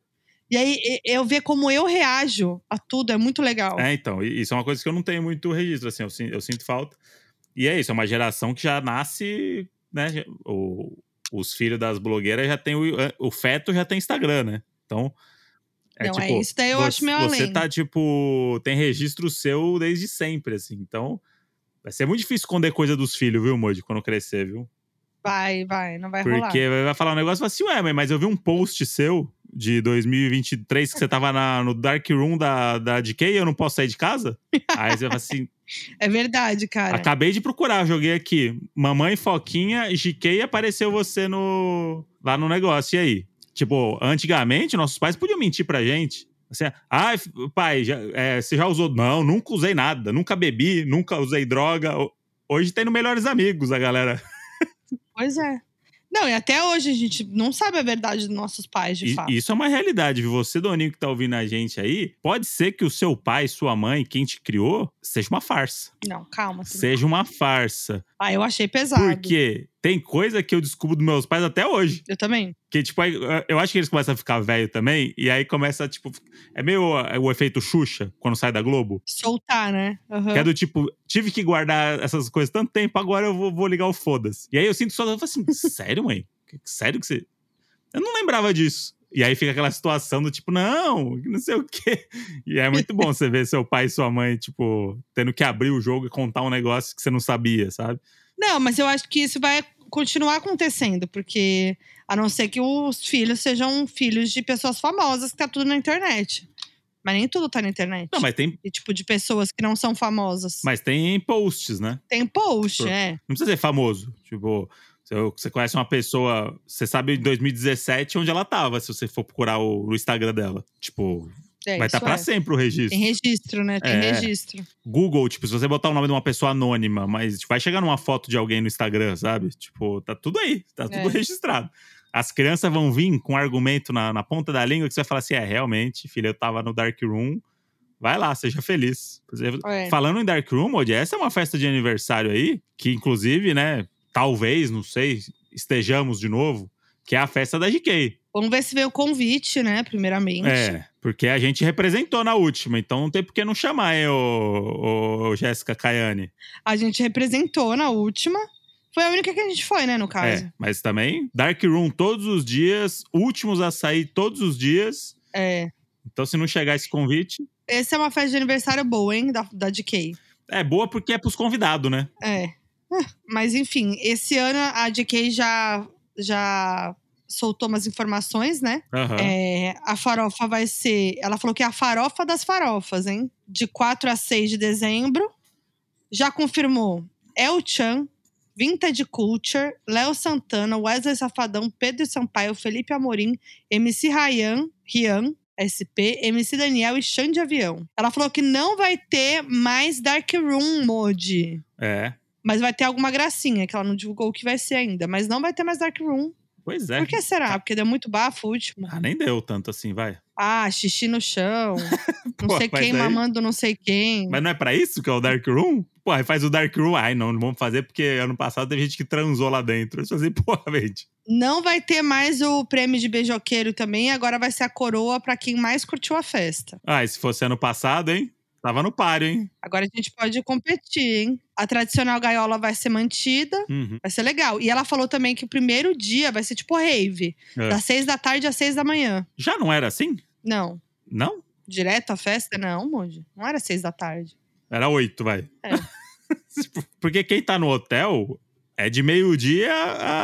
Speaker 2: E aí, e- eu ver como eu reajo a tudo é muito legal.
Speaker 1: É, então, e- isso é uma coisa que eu não tenho muito registro, assim, eu, sin- eu sinto falta. E é isso, é uma geração que já nasce, né? já- o- os filhos das blogueiras já tem o, é, o feto já tem Instagram, né? Então. É,
Speaker 2: não,
Speaker 1: tipo,
Speaker 2: é isso daí eu
Speaker 1: você, tá,
Speaker 2: acho meio
Speaker 1: Você
Speaker 2: além.
Speaker 1: tá, tipo, tem registro seu desde sempre, assim. Então, Vai ser muito difícil esconder coisa dos filhos, viu, Moji, quando crescer, viu?
Speaker 2: Vai, vai, não vai rolar.
Speaker 1: Porque vai falar um negócio e fala assim, ué, mãe, mas eu vi um post seu de 2023 que você tava na- no dark room da, da DK e eu não posso sair de
Speaker 2: [LAUGHS]
Speaker 1: casa? Aí você vai falar assim,
Speaker 2: É verdade, cara.
Speaker 1: acabei de procurar, joguei aqui. Mamãe, Foquinha, GK e apareceu você no lá no negócio, e aí? Tipo, antigamente nossos pais podiam mentir pra gente. Assim, ah, f- pai, já- é, você já usou? Não, nunca usei nada, nunca bebi, nunca usei droga. Ho- Hoje tem no Melhores Amigos a galera.
Speaker 2: Pois é. Não, e até hoje a gente não sabe a verdade dos nossos pais, de
Speaker 1: I-
Speaker 2: fato.
Speaker 1: Isso é uma realidade. viu? Você, Doninho, que tá ouvindo a gente aí, pode ser que o seu pai, sua mãe, quem te criou, seja uma farsa.
Speaker 2: Não, calma. Tudo.
Speaker 1: Seja uma farsa.
Speaker 2: Ah, eu achei pesado.
Speaker 1: Porque tem coisa que eu descubro dos meus pais até hoje.
Speaker 2: Eu também.
Speaker 1: Que, tipo, aí, eu acho que eles começam a ficar velho também. E aí começa, tipo. É meio é, o efeito Xuxa, quando sai da Globo.
Speaker 2: Soltar, né? Aham.
Speaker 1: Que é do tipo, tive que guardar essas coisas tanto tempo, agora eu vou, vou ligar o foda-se. E aí eu sinto só, eu falo assim, [LAUGHS] sério, mãe? Sério que você. Eu não lembrava disso. E aí fica aquela situação do tipo, não, não sei o quê. E é muito bom você ver seu pai e sua mãe, tipo, tendo que abrir o jogo e contar um negócio que você não sabia, sabe?
Speaker 2: Não, mas eu acho que isso vai continuar acontecendo, porque a não ser que os filhos sejam filhos de pessoas famosas, que tá tudo na internet. Mas nem tudo tá na internet.
Speaker 1: Não, mas tem,
Speaker 2: E tipo, de pessoas que não são famosas.
Speaker 1: mas tem posts, né?
Speaker 2: Tem post,
Speaker 1: Por-
Speaker 2: é.
Speaker 1: Não precisa ser famoso. Tipo, você- você conhece uma pessoa, você sabe em 2017 onde ela tava, se você for procurar o, o Instagram dela. Tipo,
Speaker 2: é
Speaker 1: vai estar
Speaker 2: isso
Speaker 1: pra
Speaker 2: é.
Speaker 1: sempre o registro.
Speaker 2: Tem registro, né? Tem
Speaker 1: É.
Speaker 2: registro.
Speaker 1: Google, tipo, se você botar o nome de uma pessoa anônima, mas tipo, vai chegar numa foto de alguém no Instagram, sabe? Tipo, tá tudo aí, tá tudo
Speaker 2: É.
Speaker 1: registrado. As crianças vão vir com um argumento na, na ponta da língua que você vai falar assim: é, realmente, filha, eu tava no Dark Room. Vai lá, seja feliz. Você-
Speaker 2: É.
Speaker 1: Falando em Dark Room, hoje essa é uma festa de aniversário aí, que inclusive, né, talvez, não sei, estejamos de novo, que é a festa da GK.
Speaker 2: Vamos ver se veio o convite, né? Primeiramente.
Speaker 1: É, porque a gente representou na última, então não tem por que não chamar, hein, ô, ô Jéssica Caiane.
Speaker 2: A gente representou na última. Foi a única que a gente foi, né, no caso.
Speaker 1: É, mas também Dark Room todos os dias, últimos a sair todos os dias.
Speaker 2: É.
Speaker 1: Então, se não chegar esse convite,
Speaker 2: Essa é uma festa de aniversário boa, hein? Da, da DK.
Speaker 1: é boa porque é pros convidados, né?
Speaker 2: É. Ah, Mas enfim, esse ano a DK já, já soltou umas informações, né?
Speaker 1: Aham.
Speaker 2: É, a farofa vai ser. Ela falou que é a farofa das farofas, hein? De 4 a 6 de dezembro. Já confirmou El Chan, Vintage Culture, Léo Santana, Wesley Safadão, Pedro Sampaio, Felipe Amorim, MC Ryan, Rian, SP, MC Daniel e Xande Avião. Ela falou que não vai ter mais Dark Room Mode.
Speaker 1: É.
Speaker 2: Mas vai ter alguma gracinha, que ela não divulgou o que vai ser ainda. Mas não vai ter mais Dark Room.
Speaker 1: Pois é.
Speaker 2: Por que será? Porque deu muito bafo o último.
Speaker 1: Ah, nem deu tanto assim, vai.
Speaker 2: Ah, xixi
Speaker 1: [LAUGHS]
Speaker 2: no chão.
Speaker 1: Pô,
Speaker 2: Não sei
Speaker 1: mas
Speaker 2: quem
Speaker 1: aí-
Speaker 2: mamando não sei quem.
Speaker 1: Mas não é pra isso que é o Dark Room? Porra, faz o Dark Room. Ai, não, não vamos fazer porque ano passado teve gente que transou lá dentro. Eu [LAUGHS] falei, porra, gente.
Speaker 2: Não vai ter mais o prêmio de beijoqueiro também. Agora vai ser a coroa pra quem mais curtiu a festa.
Speaker 1: Ah, e se fosse ano passado, hein? Tava no páreo, hein?
Speaker 2: Agora a gente pode competir, hein? A tradicional gaiola vai ser mantida.
Speaker 1: Uhum.
Speaker 2: Vai ser legal. E ela falou também que o primeiro dia vai ser tipo rave.
Speaker 1: É.
Speaker 2: Das seis da tarde às seis da manhã.
Speaker 1: Já não era assim?
Speaker 2: Não.
Speaker 1: Não?
Speaker 2: Direto à festa? Não, monge. Não era seis da tarde.
Speaker 1: Era oito, vai. [LAUGHS]
Speaker 2: É.
Speaker 1: Porque quem tá no hotel é de meio-dia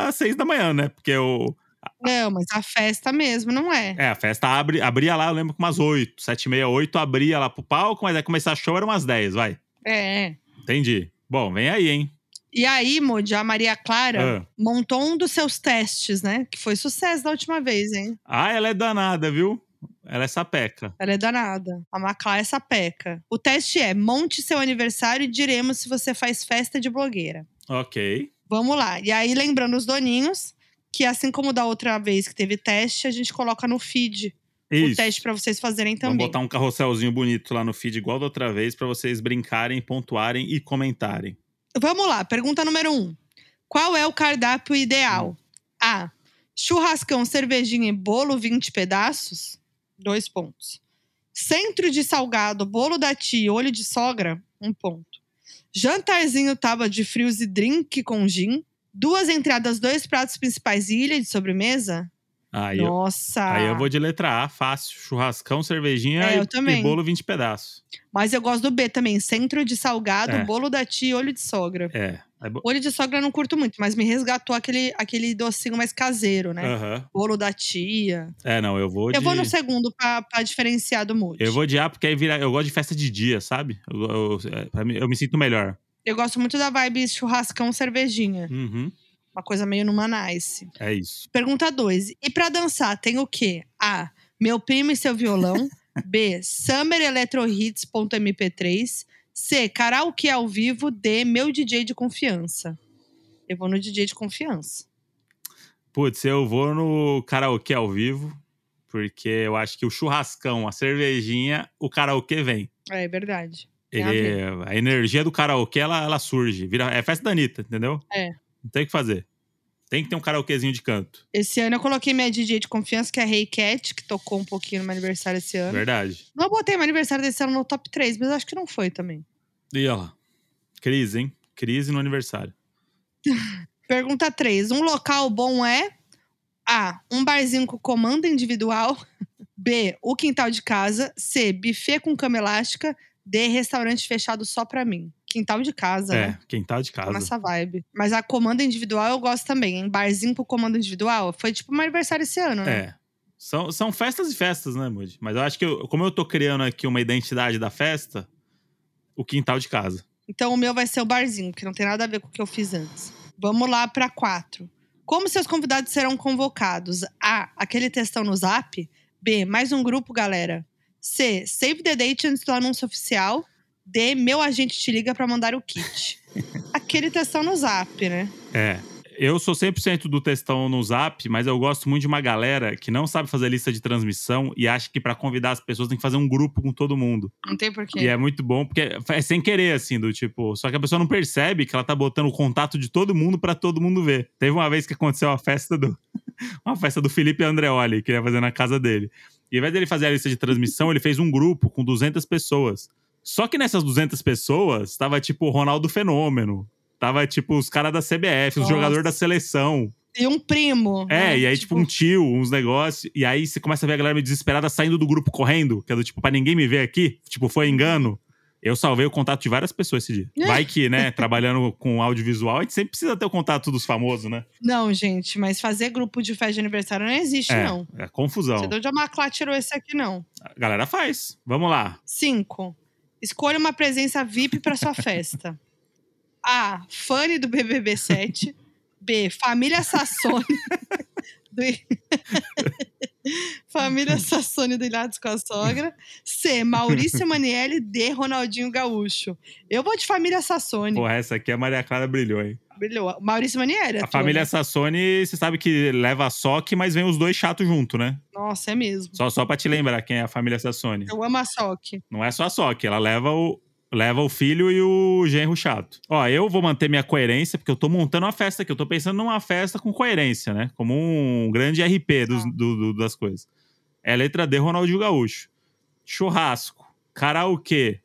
Speaker 1: às seis da manhã, né? Porque o,
Speaker 2: Não, mas a festa mesmo, não é.
Speaker 1: é, a festa abre, abria lá, eu lembro que umas oito, sete e meia, oito, abria lá pro palco, mas aí começar show era umas dez, vai.
Speaker 2: É, é.
Speaker 1: Entendi. Bom, vem aí, hein?
Speaker 2: E aí, Moody, a Maria Clara
Speaker 1: Ah.
Speaker 2: montou um dos seus testes, né? Que foi sucesso da última vez, hein?
Speaker 1: Ah, ela é danada, viu? Ela é sapeca.
Speaker 2: Ela é danada. A Maclá é sapeca. O teste é: monte seu aniversário e diremos se você faz festa de blogueira.
Speaker 1: Ok.
Speaker 2: Vamos lá. E aí, lembrando os doninhos, que assim como da outra vez que teve teste, a gente coloca no feed o
Speaker 1: Isso.
Speaker 2: teste pra vocês fazerem
Speaker 1: Vamos
Speaker 2: também.
Speaker 1: botar um carrosselzinho bonito lá no feed, igual da outra vez, pra vocês brincarem, pontuarem e comentarem.
Speaker 2: Vamos lá, pergunta número um. Qual é o cardápio ideal? A. Churrascão, cervejinha e bolo, 20 pedaços. Dois pontos. Centro de salgado, bolo da tia e olho de sogra. Um ponto. Jantarzinho, tábua de frios e drink com gin. Duas entradas, dois pratos principais e ilha de sobremesa.
Speaker 1: Aí, eu,
Speaker 2: Nossa!
Speaker 1: aí eu vou de letra A, fácil. Churrascão, cervejinha
Speaker 2: Ah. É,
Speaker 1: e,
Speaker 2: eu também.
Speaker 1: e bolo 20 pedaços.
Speaker 2: Mas eu gosto do B também. Centro de salgado,
Speaker 1: É.
Speaker 2: bolo da tia, e olho de sogra.
Speaker 1: É. é bo-
Speaker 2: Olho de sogra eu não curto muito, mas me resgatou aquele, aquele docinho mais caseiro, né?
Speaker 1: Aham.
Speaker 2: Bolo da tia.
Speaker 1: É, não, eu vou de.
Speaker 2: Eu vou no segundo pra, pra diferenciar do mood.
Speaker 1: eu vou de A porque aí vira. Eu gosto de festa de dia, sabe? Eu, eu- é, pra mim- eu me sinto melhor.
Speaker 2: Eu gosto muito da vibe churrascão cervejinha.
Speaker 1: Uhum.
Speaker 2: Uma coisa meio numa nice.
Speaker 1: É isso.
Speaker 2: Pergunta 2. E pra dançar, tem o quê? A. Meu primo e seu violão. B. Summer Electrohits.mp3. C. Karaokê ao vivo. D. Meu DJ de confiança. Eu vou no DJ de confiança.
Speaker 1: Putz, eu vou no karaokê ao vivo, porque eu acho que o churrascão, a cervejinha, o karaokê vem.
Speaker 2: É, é verdade. Tem a
Speaker 1: Ele, a energia do karaokê, ela, ela surge. Vira, é festa da Anitta, entendeu?
Speaker 2: É.
Speaker 1: Não tem o que fazer. Tem que ter um karaoquezinho de canto.
Speaker 2: Esse ano eu coloquei minha DJ de confiança, que é a Hey Cat, que tocou um pouquinho no meu aniversário esse ano.
Speaker 1: Verdade.
Speaker 2: Não botei meu aniversário desse ano no top 3, mas acho que não foi também.
Speaker 1: E olha lá. Crise, hein? Crise no aniversário.
Speaker 2: Pergunta 3. Um local bom é? A. Um barzinho com comanda individual. B. O quintal de casa. C. Buffet com cama elástica. D. Restaurante fechado só pra mim. Quintal de casa,
Speaker 1: É,
Speaker 2: né?
Speaker 1: quem tá de
Speaker 2: Tô
Speaker 1: casa.
Speaker 2: nessa vibe. Mas a comanda individual eu gosto também, hein? Barzinho com comanda individual. Foi tipo meu aniversário esse ano, né?
Speaker 1: É. São, são festas e festas, né, Moody? Mas eu acho que, eu- como eu tô criando aqui uma identidade da festa, o quintal de casa.
Speaker 2: Então o meu vai ser o barzinho, que não tem nada a ver com o que eu fiz antes. Vamos lá pra quatro. Como seus convidados serão convocados? A. Aquele textão no zap. B. Mais um grupo, galera. C. Save the date antes do anúncio oficial. D. Meu agente te liga pra mandar o kit.
Speaker 1: [LAUGHS]
Speaker 2: Aquele textão no zap, né?
Speaker 1: É. Eu sou 100% do textão no zap, mas eu gosto muito de uma galera que não sabe fazer lista de transmissão e acha que pra convidar as pessoas tem que fazer um grupo com todo mundo.
Speaker 2: Não tem porquê.
Speaker 1: E é muito bom, porque é sem querer, assim, do tipo. Só que a pessoa não percebe que ela tá botando o contato de todo mundo pra todo mundo ver. Teve uma vez que aconteceu uma festa do. [LAUGHS] uma festa do Felipe Andreoli, que ele ia fazer na casa dele. E ao invés dele fazer a lista de transmissão, ele fez um grupo com 200 pessoas. Só que nessas 200 pessoas, tava tipo o Ronaldo Fenômeno. Tava tipo os caras da CBF, os
Speaker 2: Nossa.
Speaker 1: jogadores da seleção.
Speaker 2: E um primo.
Speaker 1: É,
Speaker 2: né?
Speaker 1: e aí, tipo, um tio, uns negócios. E aí você começa a ver a galera meio desesperada saindo do grupo correndo, que é do tipo, pra ninguém me ver aqui. Tipo, foi
Speaker 2: Uhum.
Speaker 1: engano. Eu salvei o contato de várias pessoas esse dia. Vai que,
Speaker 2: [LAUGHS]
Speaker 1: né, trabalhando com audiovisual, a gente sempre precisa ter o contato dos famosos, né?
Speaker 2: Não, gente, mas fazer grupo de festa de aniversário não existe,
Speaker 1: É,
Speaker 2: não.
Speaker 1: é confusão.
Speaker 2: Você deu de amaclá, tirou esse aqui, não.
Speaker 1: A galera faz. Vamos lá.
Speaker 2: 5. Escolha uma presença VIP para sua festa. A. Fane do BBB 7. B. Família Sassone. [LAUGHS] do... [LAUGHS] Família Sassone do Ilhados com a Sogra. C. Maurício Manielli. D. Ronaldinho Gaúcho. Eu vou de Família Sassone.
Speaker 1: Porra, essa aqui a Maria Clara brilhou, hein?
Speaker 2: Brilhou. Maurício Manielli.
Speaker 1: A
Speaker 2: atua,
Speaker 1: família
Speaker 2: né?
Speaker 1: Sassoni, você sabe que leva a soque, mas vem os dois chatos junto, né?
Speaker 2: Nossa, é mesmo.
Speaker 1: Só, só pra te lembrar quem é a família Sassoni.
Speaker 2: Eu amo a Soque.
Speaker 1: Não é só a Soque, ela leva o, leva o filho e o genro chato. Ó, eu vou manter minha coerência, porque eu tô montando uma festa aqui. Eu tô pensando numa festa com coerência, né? Como um grande RP dos- do- do- das coisas. É letra D, Ronaldinho Gaúcho. Churrasco, karaokê,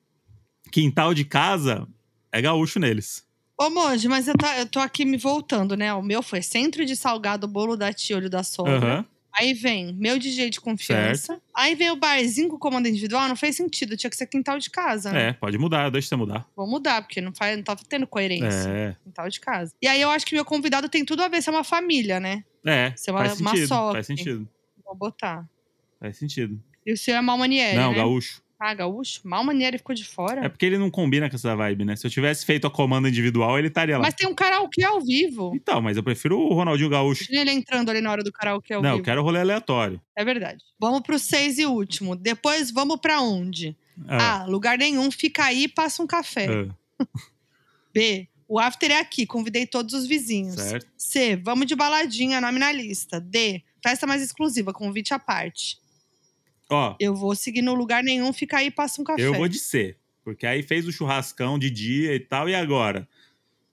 Speaker 1: quintal de casa, é gaúcho neles.
Speaker 2: Ô, Monge, mas eu, tá- eu tô aqui me voltando, né? O meu foi centro de salgado, bolo da tia, olho da sogra.
Speaker 1: Aham.
Speaker 2: Aí vem meu DJ de confiança. Aí vem o barzinho com comando individual. Não fez sentido, tinha que ser quintal de casa. né?
Speaker 1: É, pode mudar, deixa você mudar.
Speaker 2: Vou mudar, porque não, faz, não tava tendo coerência.
Speaker 1: É,
Speaker 2: Quintal de casa. E aí eu acho que meu convidado tem tudo a ver se é uma família, né?
Speaker 1: é,
Speaker 2: Você vai
Speaker 1: faz
Speaker 2: uma
Speaker 1: sentido,
Speaker 2: Soque.
Speaker 1: faz sentido,
Speaker 2: Vou botar.
Speaker 1: faz sentido.
Speaker 2: E o seu é Malmanieri,
Speaker 1: Não,
Speaker 2: né?
Speaker 1: gaúcho.
Speaker 2: Ah, gaúcho? Malmanieri ficou de fora?
Speaker 1: É porque ele não combina com essa vibe, né? Se eu tivesse feito a comanda individual, ele estaria lá.
Speaker 2: Mas tem um karaokê ao vivo.
Speaker 1: Então, mas eu prefiro o Ronaldinho Gaúcho.
Speaker 2: Imagina ele entrando ali na hora do karaokê é ao
Speaker 1: não, eu
Speaker 2: vivo.
Speaker 1: quero rolê aleatório.
Speaker 2: É verdade. Vamos pro seis e último. Depois vamos pra onde?
Speaker 1: Ah,
Speaker 2: Ah, lugar nenhum. Fica aí e passa um café.
Speaker 1: ah,
Speaker 2: B. O after é aqui, convidei todos os vizinhos.
Speaker 1: certo.
Speaker 2: C. Vamos de baladinha, nome na lista. D. Festa mais exclusiva, convite à parte.
Speaker 1: Ó,
Speaker 2: Eu vou seguir no lugar nenhum, fica aí e passa um café.
Speaker 1: eu vou de C. Porque aí fez o churrascão de dia e tal, e agora?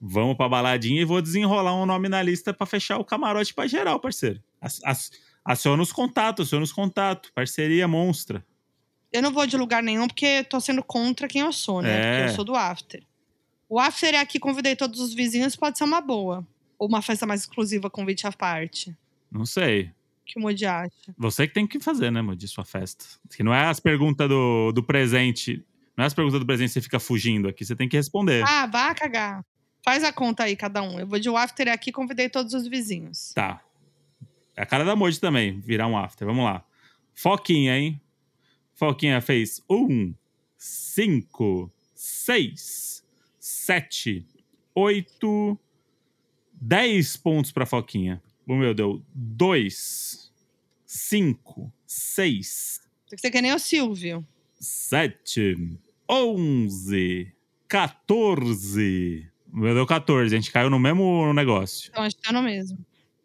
Speaker 1: Vamos pra baladinha e vou desenrolar um nome na lista pra fechar o camarote pra geral, parceiro. Ac- ac- Aciona os contatos, aciona os contatos. Parceria monstra.
Speaker 2: Eu não vou de lugar nenhum porque eu tô sendo contra quem eu sou, né?
Speaker 1: É.
Speaker 2: Porque eu sou do after. O after é aqui, convidei todos os vizinhos, pode ser uma boa. Ou uma festa mais exclusiva, convite à parte.
Speaker 1: Não sei.
Speaker 2: O que o Modi acha.
Speaker 1: Você que tem que fazer, né, Modi, sua festa. Que não é as perguntas do, do presente. Não é as perguntas do presente que você fica fugindo aqui. Você tem que responder.
Speaker 2: Ah, vá cagar. Faz a conta aí, cada um. Eu vou de um after aqui e convidei todos os vizinhos.
Speaker 1: Tá. É a cara da Modi também, virar um after. Vamos lá. Foquinha, hein? Foquinha fez um, cinco, seis, sete, oito, dez pontos pra Foquinha. O meu deu dois, cinco, seis,
Speaker 2: Você quer nem o Silvio.
Speaker 1: 7, 11, 14. O Meu deu 14, a gente caiu no mesmo negócio.
Speaker 2: Então a gente tá no mesmo.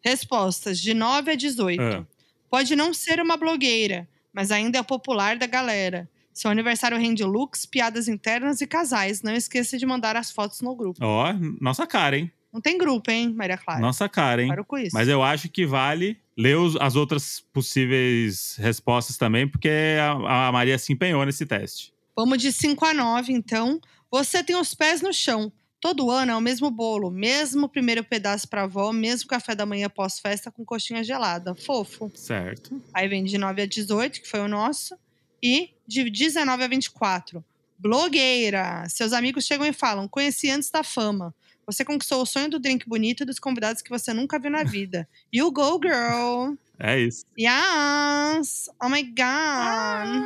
Speaker 2: Respostas: de 9 a 18.
Speaker 1: Ah.
Speaker 2: Pode não ser uma blogueira, mas ainda é popular da galera. Seu aniversário rende looks, piadas internas e casais. Não esqueça de mandar as fotos no grupo.
Speaker 1: Ó, nossa cara, hein?
Speaker 2: Não tem grupo, hein, Maria Clara?
Speaker 1: Nossa cara, hein?
Speaker 2: Parou com isso.
Speaker 1: Mas é- eu acho que vale ler os- as outras possíveis respostas também, porque a, a Maria se empenhou nesse teste.
Speaker 2: Vamos de 5 a 9, então. Você tem os pés no chão. Todo ano é o mesmo bolo, mesmo primeiro pedaço pra avó, mesmo café da manhã pós-festa com coxinha gelada. Fofo.
Speaker 1: Certo.
Speaker 2: Aí vem de 9 a 18, que foi o nosso, e de 19 a 24. Blogueira! Seus amigos chegam e falam: conheci antes da fama. Você conquistou o sonho do drink bonito e dos convidados que você nunca viu na vida. You go, girl!
Speaker 1: É isso.
Speaker 2: Yes! Oh my god!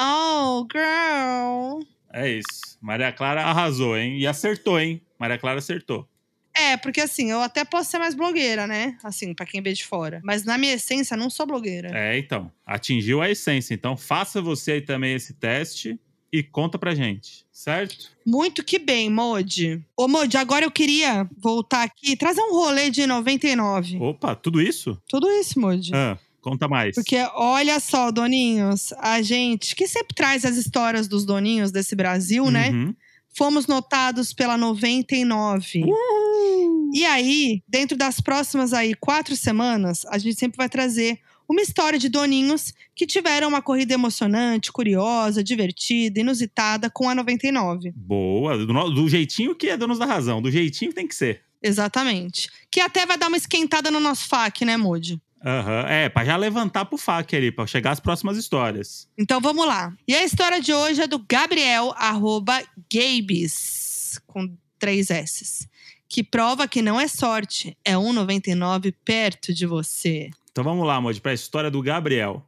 Speaker 2: Oh, girl!
Speaker 1: É isso. Maria Clara arrasou, hein? E acertou, hein? Maria Clara acertou.
Speaker 2: É, porque assim, eu até posso ser mais blogueira, né? Assim, pra quem vê de fora. Mas na minha essência, não sou blogueira.
Speaker 1: É, então. Atingiu a essência. Então, faça você aí também esse teste e conta pra gente, certo?
Speaker 2: Muito que bem, Modi. Ô, Modi, agora eu queria voltar aqui e trazer um rolê de 99.
Speaker 1: Opa, tudo isso?
Speaker 2: Tudo isso, Modi.
Speaker 1: Ah, conta mais.
Speaker 2: Porque olha só, doninhos, a gente que sempre traz as histórias dos doninhos desse Brasil, né?
Speaker 1: Uhum.
Speaker 2: Fomos notados pela 99.
Speaker 1: Uhum.
Speaker 2: E aí, dentro das próximas aí quatro semanas, a gente sempre vai trazer uma história de doninhos que tiveram uma corrida emocionante, curiosa, divertida, inusitada com a 99.
Speaker 1: Boa, do, no- do jeitinho que é donos da razão, do jeitinho que tem que ser.
Speaker 2: Exatamente. Que até vai dar uma esquentada no nosso FAQ, né, Moody?
Speaker 1: Aham, É, pra já levantar pro fac ali, pra chegar às próximas histórias.
Speaker 2: Então vamos lá. E a história de hoje é do Gabriel, arroba Gabes, com três S's. Que prova que não é sorte, é 1,99 perto de você.
Speaker 1: Então vamos lá, Mod, pra história do Gabriel.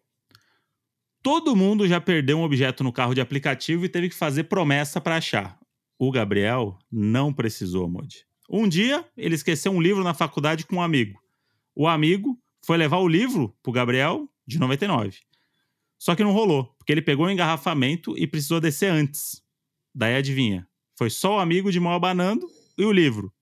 Speaker 1: Todo mundo já perdeu um objeto no carro de aplicativo e teve que fazer promessa pra achar. O Gabriel não precisou, Mod. Um dia, ele esqueceu um livro na faculdade com um amigo. O amigo foi levar o livro pro Gabriel de 99. Só que não rolou, porque ele pegou o engarrafamento e precisou descer antes. Daí adivinha? Foi só o amigo de mão abanando e o livro.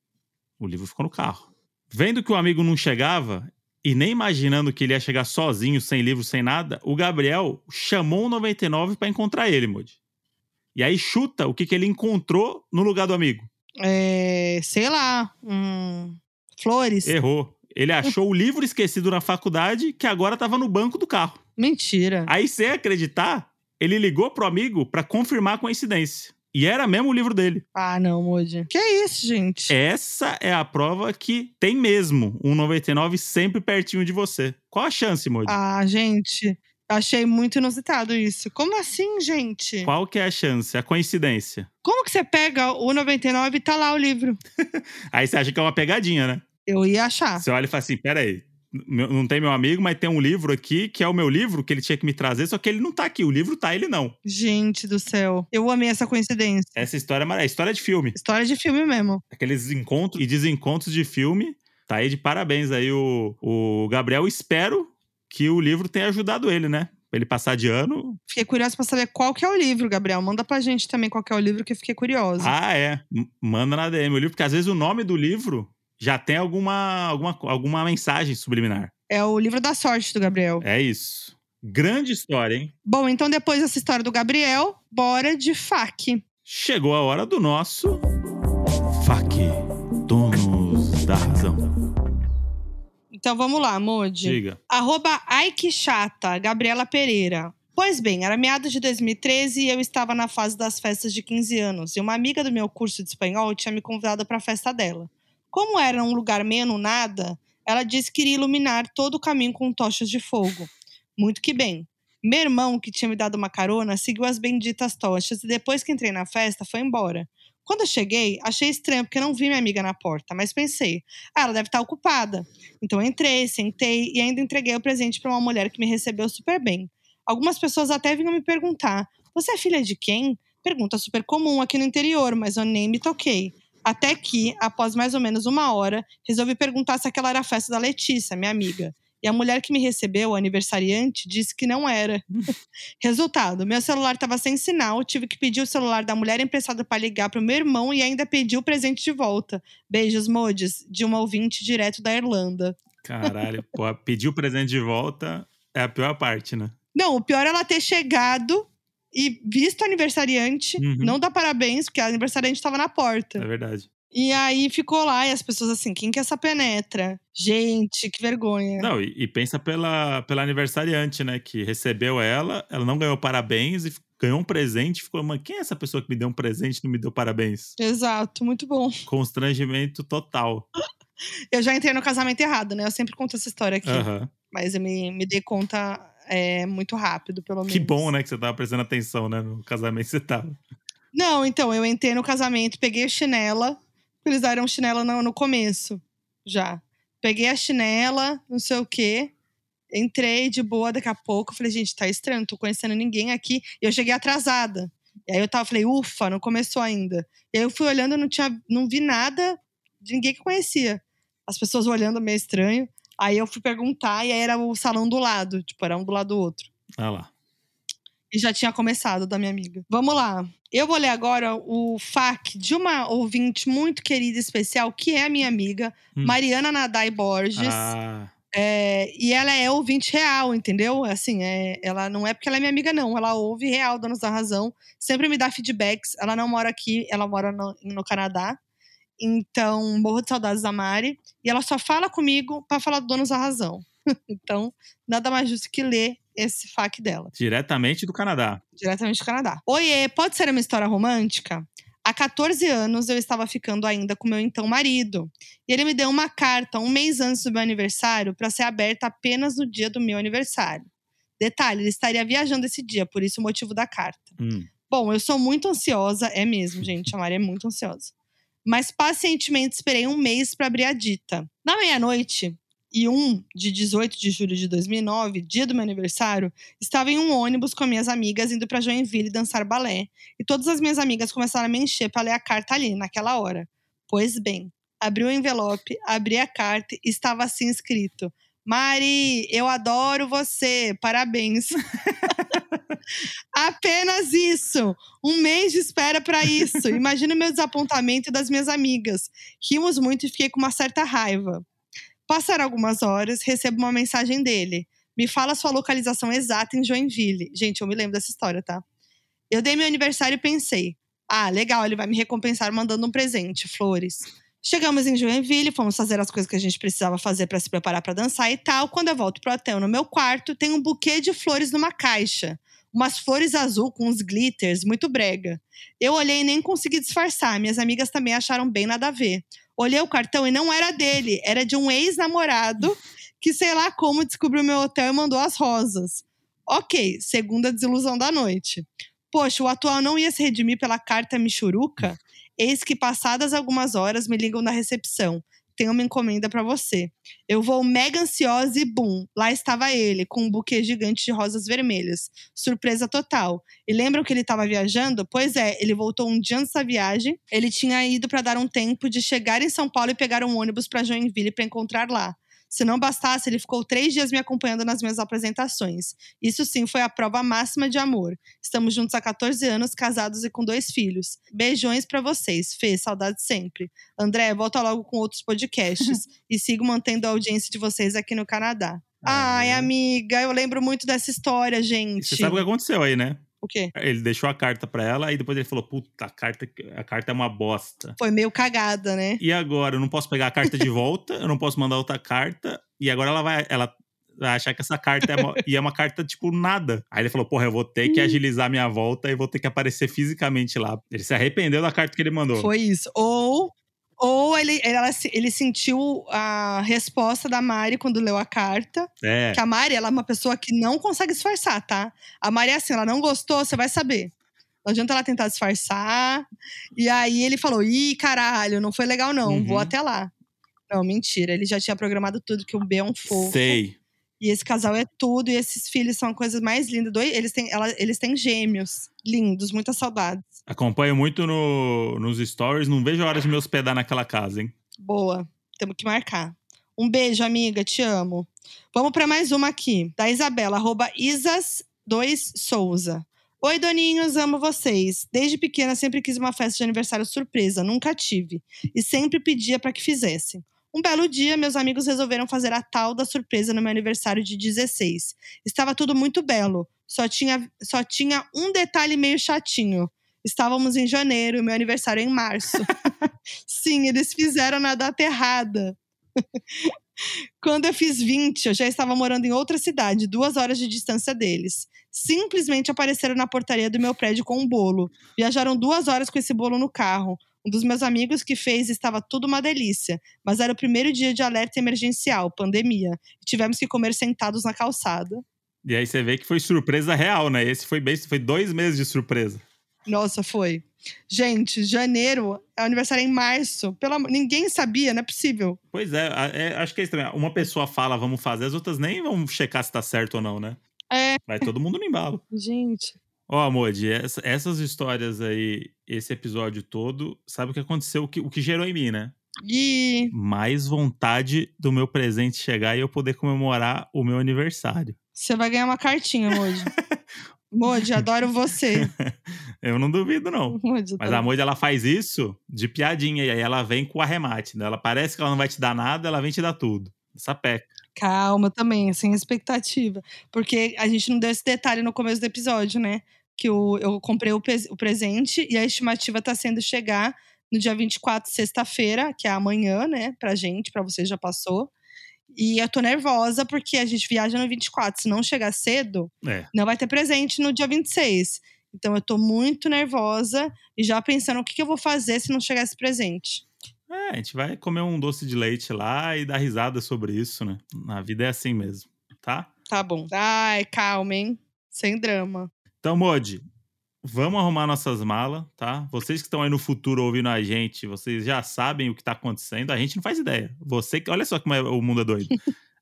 Speaker 1: O livro ficou no carro. Vendo que o amigo não chegava, e nem imaginando que ele ia chegar sozinho, sem livro, sem nada, o Gabriel chamou o 99 pra encontrar ele, Modi. E aí chuta o que, que ele encontrou no lugar do amigo.
Speaker 2: É, sei lá, hum, flores.
Speaker 1: Errou. Ele achou o livro esquecido na faculdade que agora tava no banco do carro.
Speaker 2: Mentira.
Speaker 1: Aí, sem acreditar, ele ligou pro amigo pra confirmar a coincidência. E era mesmo o livro dele.
Speaker 2: Ah, não, Moody. Que é isso, gente?
Speaker 1: Essa é a prova que tem mesmo um 99 sempre pertinho de você. Qual a chance, Modi?
Speaker 2: Ah, gente, achei muito inusitado isso. Como assim, gente?
Speaker 1: Qual que é a chance? A coincidência.
Speaker 2: Como que você pega o 99 e tá lá o livro?
Speaker 1: Aí você acha que é uma pegadinha, né?
Speaker 2: Eu ia achar.
Speaker 1: Você olha e fala assim: peraí, meu- não tem meu amigo, mas tem um livro aqui que é o meu livro que ele tinha que me trazer, só que ele não tá aqui. O livro tá, ele não.
Speaker 2: Gente do céu. Eu amei essa coincidência.
Speaker 1: Essa história é mara- é história de filme.
Speaker 2: História de filme mesmo.
Speaker 1: Aqueles encontros e desencontros de filme. Tá aí de parabéns aí o, o Gabriel. Espero que o livro tenha ajudado ele, né? Pra ele passar de ano.
Speaker 2: Fiquei curiosa pra saber qual que é o livro, Gabriel. Manda pra gente também qual que é o livro que eu fiquei curiosa.
Speaker 1: Ah, é. M- Manda na DM o livro, porque às vezes o nome do livro já tem alguma, alguma, alguma mensagem subliminar.
Speaker 2: É o livro da sorte do Gabriel.
Speaker 1: É isso. Grande história, hein?
Speaker 2: Bom, então depois dessa história do Gabriel, bora de fac.
Speaker 1: chegou a hora do nosso FAC, donos da razão.
Speaker 2: Então vamos lá, Modi.
Speaker 1: Diga.
Speaker 2: Arroba Ai Que Chata, Gabriela Pereira. Pois bem, era meados de 2013 e eu estava na fase das festas de 15 anos. E uma amiga do meu curso de espanhol tinha me convidado para a festa dela. Como era um lugar meio no nada, Ela disse que iria iluminar todo o caminho com tochas de fogo. Muito que bem. Meu irmão, que tinha me dado uma carona, seguiu as benditas tochas e depois que entrei na festa, foi embora. Quando eu cheguei, achei estranho porque não vi minha amiga na porta, mas pensei, ah, ela deve estar ocupada. Então eu entrei, sentei e ainda entreguei o presente para uma mulher que me recebeu super bem. Algumas pessoas até vinham me perguntar: Você é filha de quem? Pergunta super comum aqui no interior, mas eu nem me toquei. Até que, após mais ou menos uma hora, resolvi perguntar se aquela era a festa da Letícia, minha amiga. E a mulher que me recebeu, a aniversariante, disse que não era. Resultado: meu celular estava sem sinal, tive que pedir o celular da mulher emprestado para ligar para o meu irmão e ainda pedi o presente de volta. Beijos, Modes, de uma ouvinte direto da Irlanda.
Speaker 1: Caralho, [LAUGHS] pô, pedir o presente de volta é a pior parte, né?
Speaker 2: Não, o pior é ela ter chegado e visto a aniversariante,
Speaker 1: Uhum.
Speaker 2: não dá parabéns, porque a aniversariante estava na porta.
Speaker 1: É verdade.
Speaker 2: E aí ficou lá, e as pessoas assim, quem que é essa penetra? Gente, que vergonha.
Speaker 1: Não, e, e pensa pela, pela aniversariante, né? Que recebeu ela, ela não ganhou parabéns e f- ganhou um presente. Ficou, mano, quem é essa pessoa que me deu um presente e não me deu parabéns?
Speaker 2: Exato, muito bom.
Speaker 1: Constrangimento total.
Speaker 2: Eu já entrei no casamento errado, né? Eu sempre conto essa história aqui.
Speaker 1: Aham.
Speaker 2: Mas eu me, me dei conta é, muito rápido, pelo menos.
Speaker 1: Que bom, né? Que você tava prestando atenção, né? No casamento que você tava.
Speaker 2: Não, então, eu entrei no casamento, peguei a chinela. Eles deram chinela no, no começo, já. Peguei a chinela, não sei o quê. Entrei de boa, daqui a pouco. eu Falei, gente, tá estranho, não tô conhecendo ninguém aqui. E eu cheguei atrasada. E aí eu tava, falei, ufa, não começou ainda. E aí eu fui olhando, eu não, tinha, não vi nada de ninguém que eu conhecia. As pessoas olhando meio estranho. Aí eu fui perguntar, e aí era o salão do lado. Tipo, era um do lado do outro.
Speaker 1: Ah lá.
Speaker 2: E já tinha começado da minha amiga. Vamos lá. Eu vou ler agora o FAQ de uma ouvinte muito querida e especial, que é a minha amiga,
Speaker 1: Hum.
Speaker 2: Mariana Nadai Borges.
Speaker 1: Ah,
Speaker 2: É, e ela é ouvinte real, entendeu? Assim, é, ela não é porque ela é minha amiga, não. Ela ouve real, Donos da Razão. Sempre me dá feedbacks. Ela não mora aqui, ela mora no, no Canadá. Então, morro de saudades da Mari. E ela só fala comigo pra falar do Donos da Razão. [LAUGHS] então, nada mais justo que ler esse FAQ dela
Speaker 1: diretamente do Canadá.
Speaker 2: diretamente do Canadá. Oiê, pode ser uma história romântica? Há 14 anos eu estava ficando ainda com meu então marido. E ele me deu uma carta um mês antes do meu aniversário para ser aberta apenas no dia do meu aniversário. Detalhe, ele estaria viajando esse dia, por isso o motivo da carta.
Speaker 1: Hum.
Speaker 2: Bom, eu sou muito ansiosa, é mesmo, gente. A Maria é muito ansiosa. Mas pacientemente esperei um mês para abrir a dita. Na meia-noite e um de 18 de julho de 2009, dia do meu aniversário, estava em um ônibus com minhas amigas indo para Joinville dançar balé. E todas as minhas amigas começaram a me encher para ler a carta ali, naquela hora. Pois bem, abri o envelope, abri a carta e estava assim escrito: Mari, eu adoro você, parabéns. Apenas isso. Um mês de espera para isso. Imagina o meu desapontamento e das minhas amigas. Rimos muito e fiquei com uma certa raiva. Passaram algumas horas, recebo uma mensagem dele. Me fala sua localização exata em Joinville. Gente, eu me lembro dessa história, tá? Eu dei meu aniversário e pensei: ah, legal, ele vai me recompensar mandando um presente, flores. Chegamos em Joinville, fomos fazer as coisas que a gente precisava fazer para se preparar para dançar e tal. Quando eu volto pro hotel, no meu quarto, tem um buquê de flores numa caixa umas flores azul com uns glitters, muito brega. Eu olhei e nem consegui disfarçar, minhas amigas também acharam bem nada a ver. Olhei o cartão e não era dele, era de um ex-namorado que sei lá como descobriu meu hotel e mandou as rosas. Ok, segunda desilusão da noite. Poxa, o atual não ia se redimir pela carta Michuruca? Eis que passadas algumas horas me ligam na recepção. Tenho uma encomenda pra você. Eu vou mega ansiosa e bum, lá estava ele, com um buquê gigante de rosas vermelhas surpresa total. E lembram que ele estava viajando? Pois é, ele voltou um dia antes da viagem. Ele tinha ido para dar um tempo de chegar em São Paulo e pegar um ônibus para Joinville para encontrar lá. Se não bastasse, ele ficou três dias me acompanhando nas minhas apresentações. Isso sim foi a prova máxima de amor. Estamos juntos há 14 anos, casados e com dois filhos. Beijões para vocês. Fê, saudade sempre. André, volta logo com outros podcasts. e sigo mantendo a audiência de vocês aqui no Canadá. Ai, amiga, eu lembro muito dessa história,
Speaker 1: E Uhum.
Speaker 2: gente.
Speaker 1: Você sabe o que aconteceu aí, né?
Speaker 2: O quê?
Speaker 1: Ele deixou a carta pra ela e depois ele falou: Puta, a carta, a carta é uma bosta.
Speaker 2: Foi meio cagada, né?
Speaker 1: E agora? Eu não posso pegar a carta de volta, eu não posso mandar outra carta. E agora ela vai. Ela vai achar que essa carta é uma, e é uma carta, tipo, nada. Aí ele falou: Porra, eu vou ter que agilizar minha volta e vou ter que aparecer fisicamente lá. Ele se arrependeu da carta que ele mandou.
Speaker 2: Foi isso. Ou, Ou ele, ela, ele sentiu a resposta da Mari quando leu a carta.
Speaker 1: É.
Speaker 2: Que a Mari, ela é uma pessoa que não consegue disfarçar, tá? A Mari é assim, ela não gostou, você vai saber. Não adianta ela tentar disfarçar. E aí ele falou: ih, caralho, não foi legal, não.
Speaker 1: Uhum.
Speaker 2: Vou até lá. Não, mentira. Ele já tinha programado tudo, que o B é um fofo.
Speaker 1: Sei.
Speaker 2: E esse casal é tudo, e esses filhos são coisas mais lindas. Dois, eles, têm, ela- eles têm gêmeos lindos, muita saudade.
Speaker 1: Acompanho muito no, nos stories, não vejo a hora de me hospedar naquela casa, hein?
Speaker 2: Boa. Temos que marcar. Um beijo, amiga. Te amo. Vamos para mais uma aqui. Da Isabela, arroba Isas2Souza. Oi, doninhos, amo vocês. Desde pequena sempre quis uma festa de aniversário surpresa, nunca tive. E sempre pedia para que fizessem. Um belo dia, meus amigos resolveram fazer a tal da surpresa no meu aniversário de 16. Estava tudo muito belo, só tinha, só tinha um detalhe meio chatinho. Estávamos em janeiro e meu aniversário é em março. Sim, eles fizeram na data errada. [LAUGHS] Quando eu fiz 20, eu já estava morando em outra cidade, duas horas de distância deles. Simplesmente apareceram na portaria do meu prédio com um bolo. Viajaram duas horas com esse bolo no carro. Um dos meus amigos que fez estava tudo uma delícia, mas era o primeiro dia de alerta emergencial, pandemia. E tivemos que comer sentados na calçada.
Speaker 1: E aí você vê que foi surpresa real, né? Esse foi bem, foi dois meses de surpresa.
Speaker 2: Nossa, foi. Gente, janeiro é o aniversário em março. Pelo amor... Ninguém sabia, não é possível.
Speaker 1: Pois é, a- é, acho que é estranho. Uma pessoa fala, vamos fazer, as outras nem vão checar se tá certo ou não, né?
Speaker 2: É.
Speaker 1: Vai todo mundo no embalo.
Speaker 2: Gente.
Speaker 1: Ó, Modi, essa- essas histórias aí, esse episódio todo, sabe o que aconteceu, o que, o que gerou em mim, né?
Speaker 2: E
Speaker 1: Mais vontade do meu presente chegar e eu poder comemorar o meu aniversário.
Speaker 2: Você vai ganhar uma cartinha,
Speaker 1: [LAUGHS]
Speaker 2: Moji. Moji, adoro você.
Speaker 1: Eu não duvido, não.
Speaker 2: Moji,
Speaker 1: Mas
Speaker 2: adoro-
Speaker 1: a Moji, ela faz isso de piadinha, e aí ela vem com o arremate, né? Ela parece que ela não vai te dar nada, ela vem te dar tudo. Essa peca.
Speaker 2: Calma também, sem expectativa. Porque a gente não deu esse detalhe no começo do episódio, né? Que o, eu comprei o, pes- o presente e a estimativa tá sendo chegar no dia 24, sexta-feira, que é amanhã, né? Pra gente, pra você já passou. E eu tô nervosa porque a gente viaja no 24. Se não chegar cedo,
Speaker 1: É.
Speaker 2: não vai ter presente no dia 26. Então eu tô muito nervosa e já pensando o que, que eu vou fazer se não chegar esse presente.
Speaker 1: É, a gente vai comer um doce de leite lá e dar risada sobre isso, né? A vida é assim mesmo, tá?
Speaker 2: Tá bom. Ai, calma, hein? Sem drama.
Speaker 1: Então, Modi, vamos arrumar nossas malas, tá? Vocês que estão aí no futuro ouvindo a gente, vocês já sabem o que tá acontecendo. A gente não faz ideia. Você que. Olha só como é- o mundo é doido.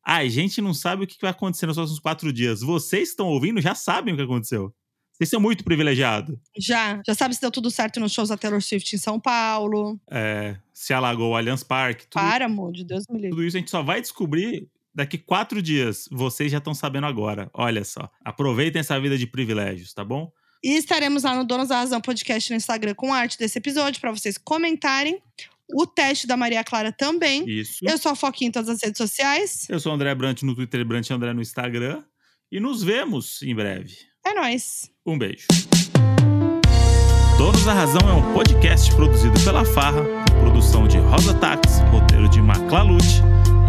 Speaker 1: a gente não sabe o que vai acontecer nos próximos quatro dias. Vocês que estão ouvindo já sabem o que aconteceu. Vocês são muito privilegiados.
Speaker 2: Já. Já sabe se deu tudo certo nos shows da Taylor Swift em São Paulo.
Speaker 1: É, se alagou o Allianz Parque, tudo,
Speaker 2: Para, amor de Deus me livre.
Speaker 1: tudo isso a gente só vai descobrir daqui quatro dias. Vocês já estão sabendo agora. Olha só. Aproveitem essa vida de privilégios, tá bom?
Speaker 2: E estaremos lá no Donos da Razão Podcast no Instagram com a arte desse episódio pra vocês comentarem. O teste da Maria Clara também.
Speaker 1: Isso.
Speaker 2: Eu sou a Foquinha em todas as redes sociais.
Speaker 1: Eu sou o André Brant no Twitter, Brant André no Instagram. E nos vemos em breve.
Speaker 2: É nóis.
Speaker 1: Um beijo. Donos da Razão é um podcast produzido pela Farra, com produção de Rosa Tax, roteiro de Maclalute,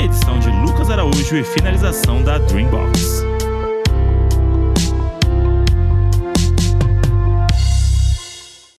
Speaker 1: edição de Lucas Araújo e finalização da Dreambox.